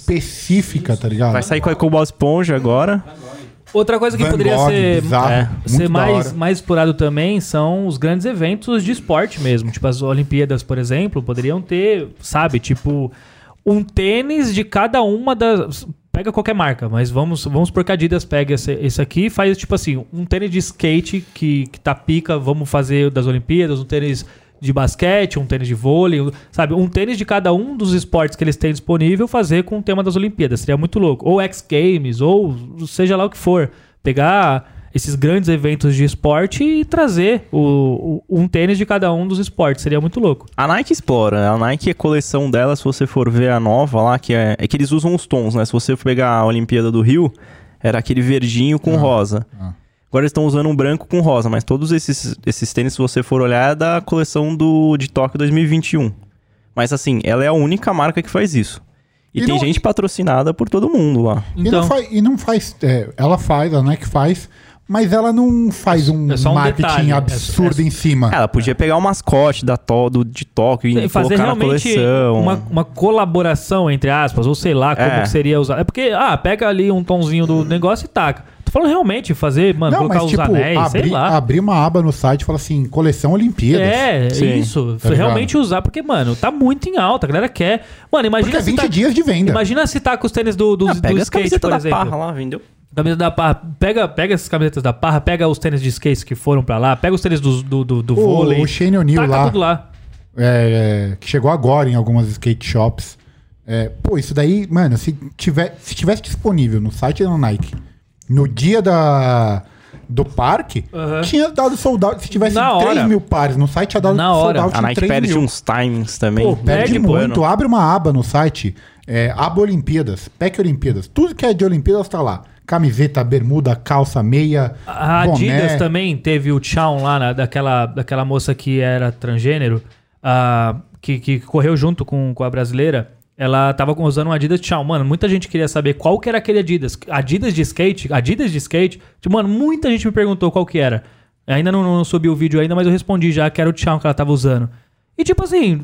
[SPEAKER 3] específica, tá ligado?
[SPEAKER 2] Vai sair com a Cobalt Esponja agora.
[SPEAKER 1] Outra coisa que
[SPEAKER 3] Van
[SPEAKER 1] poderia
[SPEAKER 3] Gogh,
[SPEAKER 1] ser.
[SPEAKER 3] bizarro,
[SPEAKER 2] é,
[SPEAKER 3] muito
[SPEAKER 1] ser
[SPEAKER 3] da
[SPEAKER 1] mais,
[SPEAKER 3] hora.
[SPEAKER 1] mais explorado também são os grandes eventos de esporte mesmo. Tipo, as Olimpíadas, por exemplo, poderiam ter, sabe, tipo, um tênis de cada uma das. Pega qualquer marca, mas vamos, vamos por Cadidas, pega esse, esse aqui e faz, tipo assim, um tênis de skate que, que tá pica, vamos fazer o das Olimpíadas, um tênis de basquete, um tênis de vôlei, um- sabe? Um tênis de cada um dos esportes que eles têm disponível fazer com o tema das Olimpíadas. Seria muito louco. Ou X Games, ou seja lá o que for. Pegar esses grandes eventos de esporte e trazer o, o- um tênis de cada um dos esportes. Seria muito louco.
[SPEAKER 2] A Nike explora. né? A Nike, a coleção dela, se você for ver a nova lá, que é, é que eles usam os tons, né? Se você for pegar a Olimpíada do Rio, era aquele verdinho com rosa. Agora eles estão usando um branco com rosa, mas todos esses, esses tênis, se você for olhar, é da coleção do, de Tóquio 2021. Mas assim, ela é a única marca que faz isso. E,
[SPEAKER 3] E
[SPEAKER 2] tem
[SPEAKER 3] não-
[SPEAKER 2] gente patrocinada por todo mundo lá.
[SPEAKER 3] E não
[SPEAKER 1] Então,
[SPEAKER 3] faz. E não faz é, ela faz, a Nike faz, mas ela não faz um,
[SPEAKER 1] É só um
[SPEAKER 3] marketing
[SPEAKER 1] detalhe, é-
[SPEAKER 3] absurdo
[SPEAKER 1] é-
[SPEAKER 3] em cima.
[SPEAKER 2] Ela podia pegar o mascote da to, do, de Tóquio e
[SPEAKER 1] fazer
[SPEAKER 2] colocar na
[SPEAKER 1] realmente
[SPEAKER 2] coleção.
[SPEAKER 1] uma, uma colaboração, entre aspas, ou sei lá como
[SPEAKER 2] É.
[SPEAKER 1] que seria usar. É porque, ah, pega ali um tonzinho do negócio e taca. Tô falando realmente fazer, mano,
[SPEAKER 3] não,
[SPEAKER 1] colocar
[SPEAKER 3] mas
[SPEAKER 1] Ah, os
[SPEAKER 3] tipo,
[SPEAKER 1] anéis, sei
[SPEAKER 3] abrir,
[SPEAKER 1] lá.
[SPEAKER 3] abrir uma aba no site e falar assim, coleção Olimpíadas.
[SPEAKER 1] É,
[SPEAKER 2] Sim,
[SPEAKER 1] isso.
[SPEAKER 3] tá ligado?
[SPEAKER 1] realmente usar, porque, mano, tá muito em alta, a galera quer. Mano,
[SPEAKER 3] Porque
[SPEAKER 1] imagina
[SPEAKER 3] é
[SPEAKER 1] se
[SPEAKER 3] 20
[SPEAKER 1] tá,
[SPEAKER 3] dias de venda.
[SPEAKER 1] imagina se tá com os tênis do, do,
[SPEAKER 2] Ah,
[SPEAKER 1] do
[SPEAKER 2] pega as
[SPEAKER 1] skate,
[SPEAKER 2] camisetas
[SPEAKER 1] por
[SPEAKER 2] da
[SPEAKER 1] exemplo.
[SPEAKER 2] Parra lá, vendeu?
[SPEAKER 1] Camisa da Parra, pega, pega essas camisetas da Parra, pega os tênis de skate que foram pra lá, pega os tênis do, do, do, do
[SPEAKER 3] o,
[SPEAKER 1] vôlei.
[SPEAKER 3] o Shane O'Neill
[SPEAKER 1] taca
[SPEAKER 3] lá,
[SPEAKER 1] tudo lá.
[SPEAKER 3] é, é, que chegou agora em algumas skate shops, É, pô, isso daí, mano, se, tiver, se tivesse disponível no site da Nike no dia da, do parque,
[SPEAKER 1] Aham.
[SPEAKER 3] tinha dado soldado. Se tivesse
[SPEAKER 1] Na
[SPEAKER 3] 3
[SPEAKER 1] hora.
[SPEAKER 3] mil pares no site, tinha dado
[SPEAKER 1] Na hora.
[SPEAKER 3] soldado
[SPEAKER 2] A Nike perde uns timings também. né,
[SPEAKER 1] Pô,
[SPEAKER 2] de
[SPEAKER 3] Perde
[SPEAKER 1] Perde
[SPEAKER 2] ano.
[SPEAKER 3] muito. Abre uma aba no site, é, aba Olimpíadas, PEC Olimpíadas. Tudo que é de Olimpíadas tá lá. Camiseta, bermuda, calça, meia,
[SPEAKER 1] A Ah, Adidas também teve o Tchau lá, na- daquela, daquela moça que era transgênero, ah, que, que correu junto com, com a brasileira. Ela tava com- usando um Adidas Tchau. Mano, muita gente queria saber qual que era aquele Adidas. Adidas de skate? Adidas de skate? Tipo, Mano, muita gente me perguntou qual que era. Ainda não, não subi o vídeo ainda, mas eu respondi já que era o Tchau que ela tava usando. E tipo assim,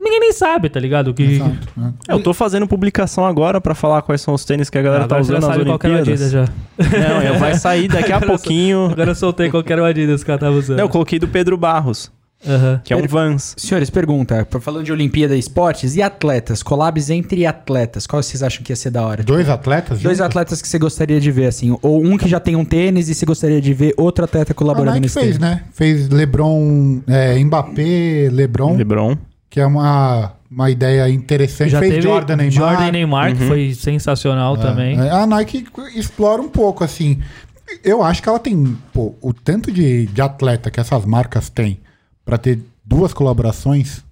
[SPEAKER 1] ninguém nem sabe, tá ligado? Que,
[SPEAKER 3] Exato, né?
[SPEAKER 2] É, Eu tô fazendo publicação agora pra falar quais são os tênis que a galera tá
[SPEAKER 1] Ah, Agora você já
[SPEAKER 2] usando nas
[SPEAKER 1] sabe qual que era o Adidas
[SPEAKER 2] Olimpíadas.
[SPEAKER 1] já.
[SPEAKER 2] Não, eu- vai sair daqui
[SPEAKER 1] *laughs*
[SPEAKER 2] a
[SPEAKER 1] Agora eu sou-
[SPEAKER 2] pouquinho.
[SPEAKER 1] Agora eu soltei qual que era o Adidas que ela tava usando.
[SPEAKER 2] Não, eu coloquei do Pedro Barros,
[SPEAKER 1] Aham.
[SPEAKER 2] que é um Vans.
[SPEAKER 4] *laughs* Senhores, pergunta, falando de Olimpíada e esportes, e atletas, collabs entre atletas, qual vocês acham que ia ser da hora?
[SPEAKER 3] Dois atletas?
[SPEAKER 4] Dois
[SPEAKER 3] juntos?
[SPEAKER 4] atletas que você gostaria de ver, assim, ou um que já tem um tênis e você gostaria de ver outro atleta
[SPEAKER 3] A
[SPEAKER 4] colaborando
[SPEAKER 3] Nike
[SPEAKER 4] nesse
[SPEAKER 3] fez,
[SPEAKER 4] tênis.
[SPEAKER 3] né? Fez LeBron, é, Mbappé, LeBron,
[SPEAKER 2] LeBron.
[SPEAKER 3] que é uma, uma ideia interessante.
[SPEAKER 1] Já
[SPEAKER 3] fez
[SPEAKER 1] teve
[SPEAKER 3] Jordan, Neymar.
[SPEAKER 1] Jordan e Neymar,
[SPEAKER 2] Uhum.
[SPEAKER 1] que foi sensacional também.
[SPEAKER 3] É, A Nike explora um pouco, assim. Eu acho que ela tem pô, o tanto de, de atleta que essas marcas têm pra ter duas colaborações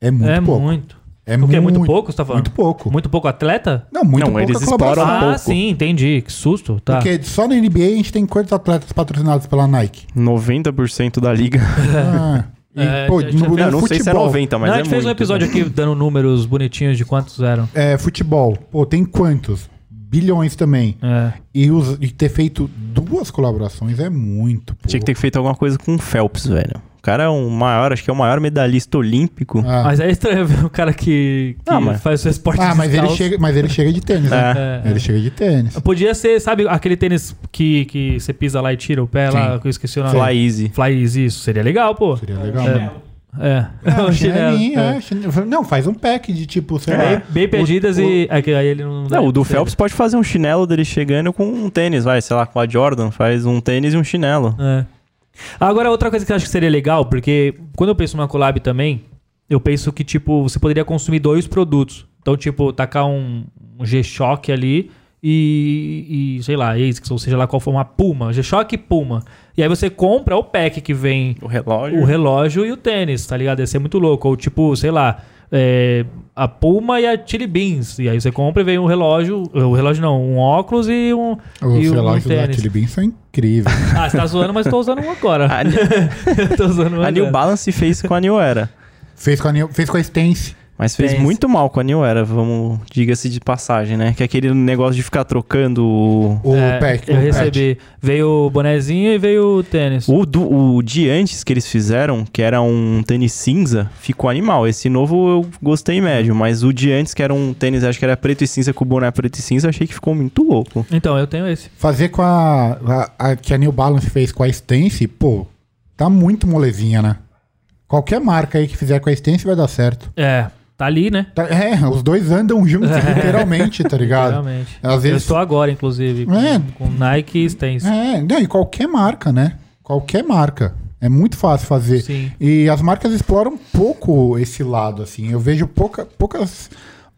[SPEAKER 3] é muito
[SPEAKER 1] É
[SPEAKER 3] pouco.
[SPEAKER 1] muito.
[SPEAKER 3] É
[SPEAKER 1] O quê? Muito pouco, você tá falando?
[SPEAKER 3] Muito pouco.
[SPEAKER 1] Muito pouco atleta?
[SPEAKER 3] Não, muito
[SPEAKER 2] Não,
[SPEAKER 3] pouco
[SPEAKER 2] eles
[SPEAKER 3] a colaboração.
[SPEAKER 2] exploram
[SPEAKER 1] ah,
[SPEAKER 2] pouco.
[SPEAKER 1] sim, entendi. Que susto. Tá.
[SPEAKER 3] Porque só na NBA a gente tem quantos atletas patrocinados pela
[SPEAKER 1] *laughs*
[SPEAKER 3] Nike?
[SPEAKER 2] 90% da
[SPEAKER 3] *laughs*
[SPEAKER 2] liga.
[SPEAKER 3] Ah, e,
[SPEAKER 1] É,
[SPEAKER 3] pô,
[SPEAKER 1] a gente
[SPEAKER 3] no,
[SPEAKER 1] já
[SPEAKER 3] no
[SPEAKER 1] fez-
[SPEAKER 2] Eu não sei se é
[SPEAKER 3] futebol,
[SPEAKER 2] 90, mas
[SPEAKER 1] Não, a
[SPEAKER 2] é
[SPEAKER 1] gente fez um
[SPEAKER 2] muito,
[SPEAKER 1] episódio
[SPEAKER 2] né?
[SPEAKER 1] aqui dando números bonitinhos de quantos eram.
[SPEAKER 3] É, futebol. Pô, tem quantos? Bilhões também.
[SPEAKER 1] É.
[SPEAKER 3] E, os- e ter feito duas colaborações é muito. Pô.
[SPEAKER 2] Tinha que ter feito alguma coisa com o Phelps, velho. O cara é o maior, acho que é o maior medalhista olímpico.
[SPEAKER 3] Ah,
[SPEAKER 1] Mas é estranho ver um cara que, que
[SPEAKER 2] Ah, mas-
[SPEAKER 1] faz o seu esporte
[SPEAKER 3] Ah, mas ele,
[SPEAKER 1] descalço.
[SPEAKER 3] chega, mas ele chega de tênis, né?
[SPEAKER 1] É,
[SPEAKER 3] Ele chega de tênis.
[SPEAKER 1] é. Podia ser, sabe, aquele tênis que, que você pisa lá e tira o pé lá, que eu esqueci o nome.
[SPEAKER 2] Fly Easy.
[SPEAKER 1] Flies, isso. Seria legal, pô.
[SPEAKER 3] Seria legal. né?
[SPEAKER 1] É.
[SPEAKER 3] É,
[SPEAKER 1] *laughs* O chinelo,
[SPEAKER 3] um chinelinho,
[SPEAKER 1] é.
[SPEAKER 3] é, chinelo. Não, faz um pack de tipo, sei
[SPEAKER 1] Bem-
[SPEAKER 3] lá.
[SPEAKER 1] Bem perdidas e. é que aí ele não.
[SPEAKER 2] Não, o do Phelps pode fazer um chinelo dele chegando com um tênis, vai, sei lá, com a Jordan, faz um tênis e um chinelo.
[SPEAKER 1] É. Agora, outra coisa que eu acho que seria legal, porque quando eu penso numa collab também, eu penso que, tipo, você poderia consumir dois produtos. Então, tipo, tacar um, um G-Shock ali e, e, sei lá, ASICS, ou seja lá qual for, uma Puma, G-Shock e Puma. E aí você compra o pack que vem
[SPEAKER 2] O relógio.
[SPEAKER 1] o relógio e o tênis, tá ligado? Ia ser muito louco. Ou tipo, sei lá, é, a Puma e a Chili Beans. E aí você compra e vem um relógio, o relógio não, um óculos e um,
[SPEAKER 3] Os
[SPEAKER 1] e um
[SPEAKER 3] relógios da
[SPEAKER 1] tênis.
[SPEAKER 3] Tilly Bean são incríveis.
[SPEAKER 1] *laughs* Ah, você tá zoando, mas eu tô usando um
[SPEAKER 2] *laughs*
[SPEAKER 1] agora.
[SPEAKER 2] A, Ni-
[SPEAKER 1] tô usando um
[SPEAKER 2] a New
[SPEAKER 1] agora.
[SPEAKER 2] Balance fez com a New Era.
[SPEAKER 3] fez, com a, New- fez com a Stance.
[SPEAKER 2] Mas fez
[SPEAKER 4] Fez.
[SPEAKER 2] muito mal com a New Era, vamos, diga-se de passagem, né? Que é aquele negócio de ficar trocando o.
[SPEAKER 3] O
[SPEAKER 1] É,
[SPEAKER 3] pack.
[SPEAKER 1] eu
[SPEAKER 3] o
[SPEAKER 1] recebi. Veio o bonezinho e veio o tênis.
[SPEAKER 2] O, do, o de antes que eles fizeram, que era um tênis cinza, ficou animal. Esse novo eu gostei médio, mas o de antes, que era um tênis, acho que era preto e cinza, com o boné preto e cinza, achei que ficou muito louco.
[SPEAKER 1] Então, eu tenho esse.
[SPEAKER 3] pack. Fazer com a, a- a- que a New Balance fez com a Stance, pô, tá muito molezinha, né? Qualquer marca aí que fizer com a Stance vai dar certo.
[SPEAKER 1] É, tá ali, né?
[SPEAKER 3] Tá- é, os dois
[SPEAKER 1] *laughs*
[SPEAKER 3] andam juntos, literalmente, tá ligado?
[SPEAKER 1] Realmente.
[SPEAKER 3] Às
[SPEAKER 1] Eu
[SPEAKER 3] vezes.
[SPEAKER 1] estou agora, inclusive, com,
[SPEAKER 3] É.
[SPEAKER 1] com Nike e Stance.
[SPEAKER 3] É, não, e qualquer marca, né? Qualquer marca. É muito fácil fazer.
[SPEAKER 1] Sim.
[SPEAKER 3] E as marcas exploram pouco esse lado, assim. Eu vejo pouca, poucas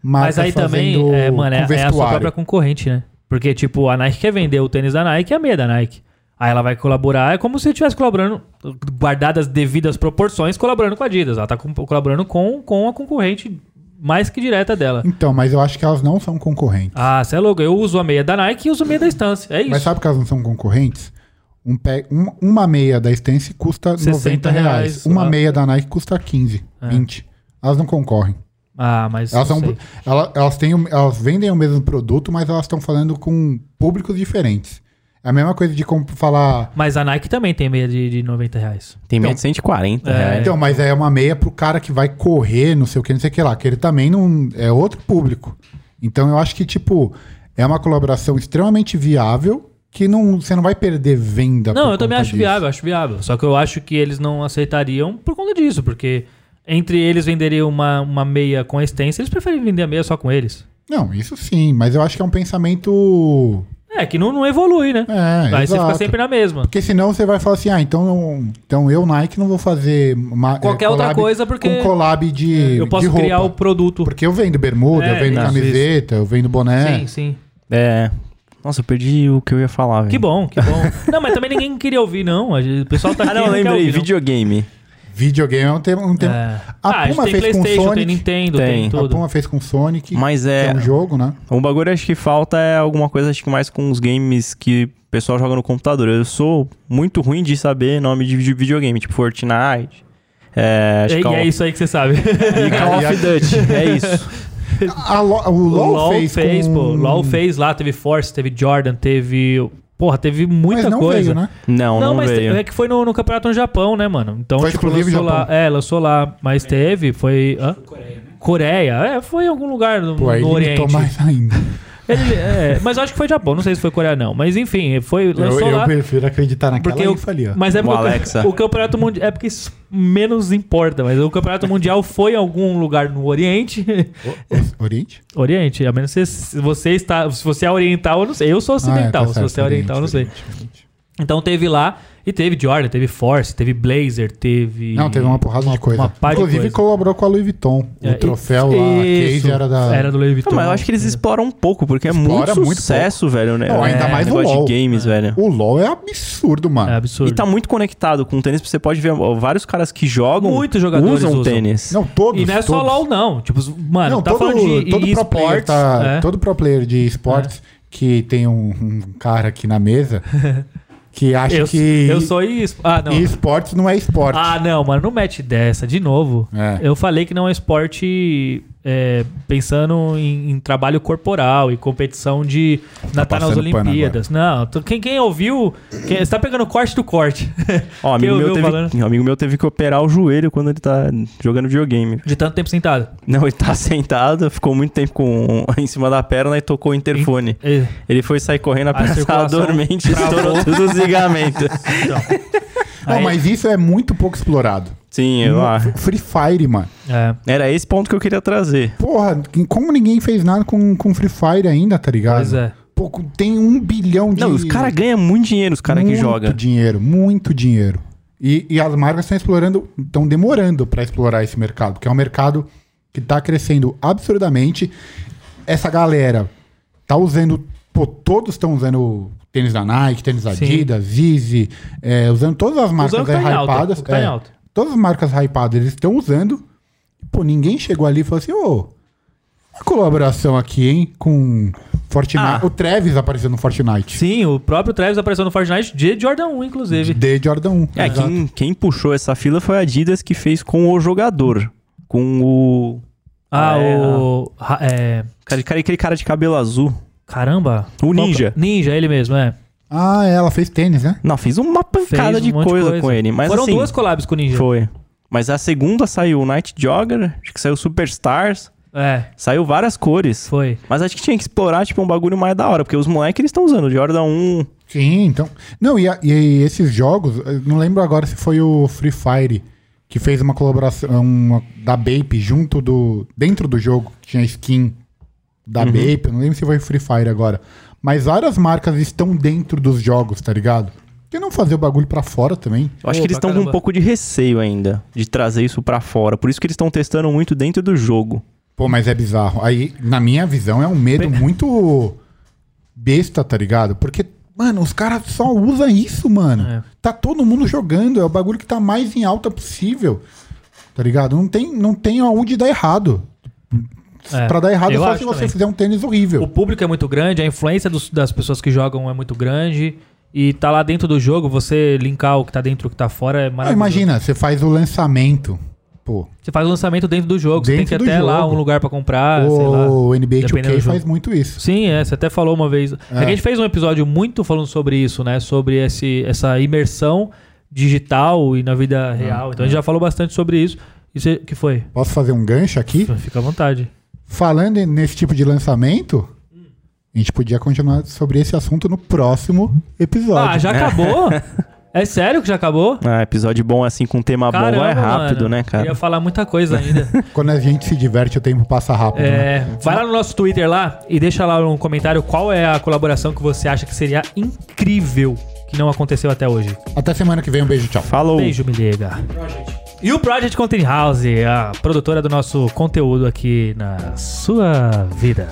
[SPEAKER 3] marcas
[SPEAKER 1] Mas aí também,
[SPEAKER 3] tá fazendo
[SPEAKER 1] é, mano, é,
[SPEAKER 3] com
[SPEAKER 1] é a sua própria
[SPEAKER 3] vestuário.
[SPEAKER 1] concorrente, né? Porque, tipo, a Nike quer vender o tênis da Nike e a meia da Nike. Aí ela vai colaborar, é como se estivesse colaborando, guardadas as devidas proporções, colaborando com a Adidas. Ela tá com- colaborando com, com a concorrente mais que direta dela.
[SPEAKER 3] Então, mas eu acho que elas não são concorrentes.
[SPEAKER 1] Ah, você é louco, eu uso a meia da Nike e uso a meia da Stance. É isso.
[SPEAKER 3] Mas sabe por que elas não são concorrentes? Um pé, um- uma meia da Stance custa
[SPEAKER 1] 60
[SPEAKER 3] 90 reais.
[SPEAKER 1] reais. É.
[SPEAKER 3] Uma
[SPEAKER 1] Ah.
[SPEAKER 3] meia da Nike custa 15, 20. Elas não concorrem.
[SPEAKER 1] Ah, mas.
[SPEAKER 3] Elas,
[SPEAKER 1] não
[SPEAKER 3] são-
[SPEAKER 1] sei.
[SPEAKER 3] ela- elas têm, o- elas vendem o mesmo produto, mas elas estão falando com públicos diferentes. É a mesma coisa de como falar
[SPEAKER 1] Mas a Nike também tem meia de, de 90 reais.
[SPEAKER 2] Tem meio de 140
[SPEAKER 1] É.
[SPEAKER 2] reais.
[SPEAKER 3] Então, mas é uma meia pro cara que vai correr, não sei o que, não sei o que lá. Que ele também não. É outro público. Então eu acho que, tipo, é uma colaboração extremamente viável que não, você não vai perder venda.
[SPEAKER 1] Não,
[SPEAKER 3] por
[SPEAKER 1] eu também
[SPEAKER 3] conta
[SPEAKER 1] acho
[SPEAKER 3] disso.
[SPEAKER 1] viável, acho viável. Só que eu acho que eles não aceitariam por conta disso, porque entre eles venderiam uma, uma meia com a Stance, eles preferem vender a meia só com eles.
[SPEAKER 3] Não, isso sim, mas eu acho que é um pensamento
[SPEAKER 1] É, que não, não evolui, né?
[SPEAKER 3] É,
[SPEAKER 1] Aí você
[SPEAKER 3] exato.
[SPEAKER 1] fica sempre na mesma.
[SPEAKER 3] Porque senão você vai falar assim, ah, então, então eu, Nike, não vou fazer... ma- é,
[SPEAKER 1] Qualquer outra coisa, porque É,
[SPEAKER 3] Com collab de
[SPEAKER 1] Eu posso
[SPEAKER 3] de roupa.
[SPEAKER 1] criar o produto.
[SPEAKER 3] Porque né? eu vendo bermuda,
[SPEAKER 1] É,
[SPEAKER 3] eu vendo
[SPEAKER 1] isso,
[SPEAKER 3] camiseta, eu vendo boné.
[SPEAKER 1] Sim, sim.
[SPEAKER 2] É. Nossa, eu perdi o que eu ia falar, velho.
[SPEAKER 1] Que bom, que bom. *laughs* não, mas também ninguém queria ouvir, não. A gente- O pessoal tá aqui.
[SPEAKER 2] Ah,
[SPEAKER 1] *laughs*
[SPEAKER 2] não,
[SPEAKER 1] quer
[SPEAKER 2] lembrei.
[SPEAKER 1] ouvir, não.
[SPEAKER 2] videogame.
[SPEAKER 3] Videogame é um tema... Um tema.
[SPEAKER 1] É.
[SPEAKER 3] A
[SPEAKER 1] Ah,
[SPEAKER 3] Puma
[SPEAKER 1] gente tem
[SPEAKER 3] fez
[SPEAKER 1] Playstation,
[SPEAKER 3] com
[SPEAKER 1] tem
[SPEAKER 3] Sonic.
[SPEAKER 1] Nintendo, tem,
[SPEAKER 2] Tem. A
[SPEAKER 3] A
[SPEAKER 1] tudo.
[SPEAKER 3] Puma fez com Sonic,
[SPEAKER 2] Mas
[SPEAKER 3] que é
[SPEAKER 2] é.
[SPEAKER 3] um jogo, né?
[SPEAKER 2] Um bagulho acho que falta é alguma coisa, acho que mais com os games que o pessoal joga no computador. Eu sou muito ruim de saber nome de vide- videogame, tipo Fortnite. É, acho
[SPEAKER 1] E,
[SPEAKER 2] que
[SPEAKER 1] e é isso aí que você sabe.
[SPEAKER 2] E *laughs* Call
[SPEAKER 3] E a-
[SPEAKER 2] of Duty. É isso.
[SPEAKER 3] A Lo- o
[SPEAKER 1] O
[SPEAKER 3] LoL,
[SPEAKER 1] LoL
[SPEAKER 3] fez,
[SPEAKER 1] fez,
[SPEAKER 3] com...
[SPEAKER 1] pô. LoL fez lá, teve Force, teve Jordan, teve. Porra, teve muita
[SPEAKER 3] Mas não
[SPEAKER 1] coisa.
[SPEAKER 3] veio, né?
[SPEAKER 2] Não,
[SPEAKER 1] Não,
[SPEAKER 2] não,
[SPEAKER 1] mas
[SPEAKER 2] veio.
[SPEAKER 1] é que foi no, no campeonato no Japão, né, mano? Então,
[SPEAKER 3] Foi
[SPEAKER 1] tipo,
[SPEAKER 3] exclusivo
[SPEAKER 1] lançou lá.
[SPEAKER 3] Japão.
[SPEAKER 1] É, lançou lá, mas teve, foi. hã? Coreia, né? é, foi em algum lugar no,
[SPEAKER 3] Pô, aí
[SPEAKER 1] no
[SPEAKER 3] limitou
[SPEAKER 1] Oriente.
[SPEAKER 3] mais ainda.
[SPEAKER 1] Ele- é, mas eu acho que foi Japão, não sei se foi Coreia, não. Mas enfim, foi,
[SPEAKER 3] Eu,
[SPEAKER 1] lançou
[SPEAKER 3] eu
[SPEAKER 1] lá.
[SPEAKER 3] prefiro acreditar naquela
[SPEAKER 1] Porque eu,
[SPEAKER 3] info ali, ó.
[SPEAKER 1] mas é
[SPEAKER 2] Com
[SPEAKER 1] porque o-
[SPEAKER 2] Alexa.
[SPEAKER 1] o campeonato mundial é porque isso menos importa, mas o campeonato mundial foi em algum lugar no Oriente. *laughs*
[SPEAKER 3] O- o- Oriente?
[SPEAKER 1] Oriente, a menos se, se você está, se você é oriental, eu não sei. Eu sou ocidental,
[SPEAKER 3] Ah, tá
[SPEAKER 1] se você é
[SPEAKER 3] certo,
[SPEAKER 1] oriental, eu não sei.
[SPEAKER 3] Oriente, Oriente.
[SPEAKER 1] Então teve lá e teve Jordan, teve Force, teve Blazer, teve
[SPEAKER 3] Não, teve um uma porrada de coisa.
[SPEAKER 1] uma pá de
[SPEAKER 3] Inclusive,
[SPEAKER 1] coisa.
[SPEAKER 3] colaborou com a Louis Vuitton.
[SPEAKER 1] É,
[SPEAKER 3] o troféu lá, a
[SPEAKER 1] isso.
[SPEAKER 3] case era da...
[SPEAKER 1] Era do Louis
[SPEAKER 2] Não,
[SPEAKER 1] Vuitton.
[SPEAKER 2] mas eu acho que eles exploram um pouco, porque é
[SPEAKER 3] Explora
[SPEAKER 2] muito
[SPEAKER 3] muito
[SPEAKER 2] sucesso, velho, né?
[SPEAKER 3] Não, ainda
[SPEAKER 2] É,
[SPEAKER 3] mais o
[SPEAKER 2] negócio
[SPEAKER 3] LoL.
[SPEAKER 2] de games, velho.
[SPEAKER 3] O LoL é absurdo, mano.
[SPEAKER 1] É
[SPEAKER 2] E
[SPEAKER 1] absurdo.
[SPEAKER 2] tá muito conectado com o tênis, você pode ver ó, vários caras que jogam
[SPEAKER 1] Muitos jogadores
[SPEAKER 2] usam,
[SPEAKER 1] usam.
[SPEAKER 2] tênis.
[SPEAKER 3] Não, todos,
[SPEAKER 1] e não é só
[SPEAKER 3] todos.
[SPEAKER 1] LOL, não. Tipo, mano,
[SPEAKER 3] não,
[SPEAKER 1] tá
[SPEAKER 3] todo,
[SPEAKER 1] falando de
[SPEAKER 3] todo
[SPEAKER 1] e-
[SPEAKER 3] pro player
[SPEAKER 1] esportes.
[SPEAKER 3] tá,
[SPEAKER 1] é.
[SPEAKER 3] todo pro player de esportes que tem um, um cara aqui na
[SPEAKER 1] *laughs*
[SPEAKER 3] mesa que acha
[SPEAKER 1] eu,
[SPEAKER 3] que
[SPEAKER 1] eu sou isso. Ah, não.
[SPEAKER 3] e esportes não é esporte.
[SPEAKER 1] Ah, não, mano, não mete dessa, de novo.
[SPEAKER 3] É.
[SPEAKER 1] Eu falei que não é esporte é, pensando em, em trabalho corporal e competição de Natal nas
[SPEAKER 3] passando pano
[SPEAKER 1] Olimpíadas. Não, tu- quem, quem ouviu, quem, você tá pegando o corte do corte. *laughs*
[SPEAKER 2] Ó, amigo,
[SPEAKER 1] Quem
[SPEAKER 2] meu
[SPEAKER 1] ouviu falando?
[SPEAKER 2] teve, amigo meu teve que operar o joelho quando ele tá jogando videogame.
[SPEAKER 1] De tanto tempo sentado.
[SPEAKER 2] Não, ele tá *laughs* sentado, ficou muito tempo com um, em cima da perna e tocou o interfone.
[SPEAKER 1] É.
[SPEAKER 2] Ele foi sair correndo, a,
[SPEAKER 1] A
[SPEAKER 2] perna tava
[SPEAKER 1] circulação
[SPEAKER 2] dormente, estourou tudo os ligamentos.
[SPEAKER 3] não,
[SPEAKER 1] aí-
[SPEAKER 3] mas isso é muito pouco explorado.
[SPEAKER 2] Sim, eu acho.
[SPEAKER 3] Free Fire, mano.
[SPEAKER 1] É.
[SPEAKER 2] Era esse ponto que eu queria trazer.
[SPEAKER 3] Porra, como ninguém fez nada com, com Free Fire ainda, tá ligado?
[SPEAKER 1] Pois é.
[SPEAKER 3] Pô, tem um bilhão de...
[SPEAKER 2] Não, os caras ganham muito dinheiro, os caras que
[SPEAKER 3] muito
[SPEAKER 2] jogam.
[SPEAKER 3] dinheiro, muito dinheiro. E, e as marcas estão explorando, estão demorando para explorar esse mercado, porque é um mercado que tá crescendo absurdamente. Essa galera tá usando, pô, todos estão usando tênis da Nike, tênis da
[SPEAKER 1] Sim.
[SPEAKER 3] Adidas, Yeezy, é, usando todas as marcas
[SPEAKER 1] Usando o que tá em
[SPEAKER 3] aí
[SPEAKER 1] alta,
[SPEAKER 3] hypadas.
[SPEAKER 1] o que tá
[SPEAKER 3] é,
[SPEAKER 1] em alta.
[SPEAKER 3] Todas as marcas hypadas, eles estão usando. Pô, ninguém chegou ali e falou assim, ô, uma colaboração aqui, hein, com Fortnite.
[SPEAKER 2] Ah.
[SPEAKER 3] O Travis apareceu no Fortnite.
[SPEAKER 1] Sim, o próprio Travis apareceu no Fortnite de Jordan 1, inclusive.
[SPEAKER 3] De Jordan 1.
[SPEAKER 2] É,
[SPEAKER 3] Exato.
[SPEAKER 2] quem, quem puxou essa fila foi a Adidas que fez com o jogador. Com o.
[SPEAKER 1] Ah,
[SPEAKER 2] É,
[SPEAKER 1] o. ra- é,
[SPEAKER 2] Cara, cara- aquele cara de cabelo azul.
[SPEAKER 1] caramba.
[SPEAKER 2] O
[SPEAKER 1] Qual que-
[SPEAKER 2] Ninja.
[SPEAKER 1] Ninja, ele mesmo, é.
[SPEAKER 3] Ah, é, ela fez tênis, né?
[SPEAKER 2] Não, fez uma pancada
[SPEAKER 1] Fez um
[SPEAKER 2] de,
[SPEAKER 1] monte
[SPEAKER 2] coisa com ele. Mas
[SPEAKER 1] Foram
[SPEAKER 2] assim,
[SPEAKER 1] duas collabs com o Ninja.
[SPEAKER 2] Foi. Mas a segunda saiu o Night Jogger, acho que saiu Superstars,
[SPEAKER 1] É,
[SPEAKER 2] saiu várias cores.
[SPEAKER 1] foi.
[SPEAKER 2] Mas acho que tinha que explorar, tipo, um bagulho mais da hora, porque os moleques eles estão usando o Jordan 1.
[SPEAKER 3] Sim, então. Não, e, a- e esses jogos, eu não lembro agora se foi o Free Fire que fez uma colaboração uma- da Bape junto do. dentro do jogo, que tinha skin da Bape, eu não lembro se foi Free Fire agora. Mas várias marcas estão dentro dos jogos, tá ligado? Por que não fazer o bagulho pra fora também?
[SPEAKER 2] Eu acho
[SPEAKER 1] Pô,
[SPEAKER 2] que eles
[SPEAKER 1] pra
[SPEAKER 2] estão com um
[SPEAKER 1] caramba.
[SPEAKER 2] pouco de receio ainda de trazer isso pra fora. Por isso que eles estão testando muito dentro do jogo.
[SPEAKER 3] Pô, mas é bizarro. Aí, na minha visão, é um medo muito besta, tá ligado? Porque, mano, os caras só usam isso, mano.
[SPEAKER 1] É.
[SPEAKER 3] Tá todo mundo jogando, é o bagulho que tá mais em alta possível. Tá ligado? Não tem, não tem aonde dar errado.
[SPEAKER 1] É.
[SPEAKER 3] Pra dar errado é
[SPEAKER 1] Eu
[SPEAKER 3] só
[SPEAKER 1] acho
[SPEAKER 3] se você
[SPEAKER 1] também.
[SPEAKER 3] fizer um tênis horrível.
[SPEAKER 1] O público é muito grande, a influência dos- das pessoas que jogam é muito grande. E tá lá dentro do jogo, você linkar o que tá dentro e o que tá fora é
[SPEAKER 3] Ah,
[SPEAKER 1] maravilhoso.
[SPEAKER 3] imagina, você faz o lançamento. Pô,
[SPEAKER 1] Você faz o lançamento dentro do jogo, você tem que
[SPEAKER 3] Dentro
[SPEAKER 1] ir
[SPEAKER 3] do
[SPEAKER 1] até lá
[SPEAKER 3] jogo.
[SPEAKER 1] um lugar pra comprar, sei lá.
[SPEAKER 3] o NBA
[SPEAKER 1] dependendo
[SPEAKER 3] 2K
[SPEAKER 1] do
[SPEAKER 3] faz
[SPEAKER 1] jogo.
[SPEAKER 3] muito isso.
[SPEAKER 1] Sim, é, você até falou uma vez. É que a gente fez um episódio muito falando sobre isso, né? Sobre esse, essa imersão digital e na
[SPEAKER 3] Ah,
[SPEAKER 1] vida real.
[SPEAKER 3] é.
[SPEAKER 1] Então a gente já falou bastante sobre isso. E você, que foi?
[SPEAKER 3] Posso fazer um gancho aqui?
[SPEAKER 1] Fica à vontade.
[SPEAKER 3] Falando em- nesse tipo de lançamento,
[SPEAKER 2] É.
[SPEAKER 3] a gente podia continuar sobre esse assunto no próximo episódio.
[SPEAKER 2] *laughs*
[SPEAKER 1] Ah, já acabou? É sério que já acabou?
[SPEAKER 2] Ah, episódio bom assim com um tema bom vai rápido,
[SPEAKER 1] mano.
[SPEAKER 2] né,
[SPEAKER 1] Eu ia
[SPEAKER 2] cara?
[SPEAKER 1] falar muita coisa ainda.
[SPEAKER 3] Quando a gente se diverte, o tempo passa rápido. né?
[SPEAKER 1] É, vai lá no nosso Twitter lá e deixa lá um comentário qual é a colaboração que você acha que seria incrível que não aconteceu até hoje.
[SPEAKER 3] Até semana que vem, um beijo, tchau.
[SPEAKER 2] Falou.
[SPEAKER 1] Beijo, me liga. E o Project Content House, a produtora do nosso conteúdo aqui na sua vida.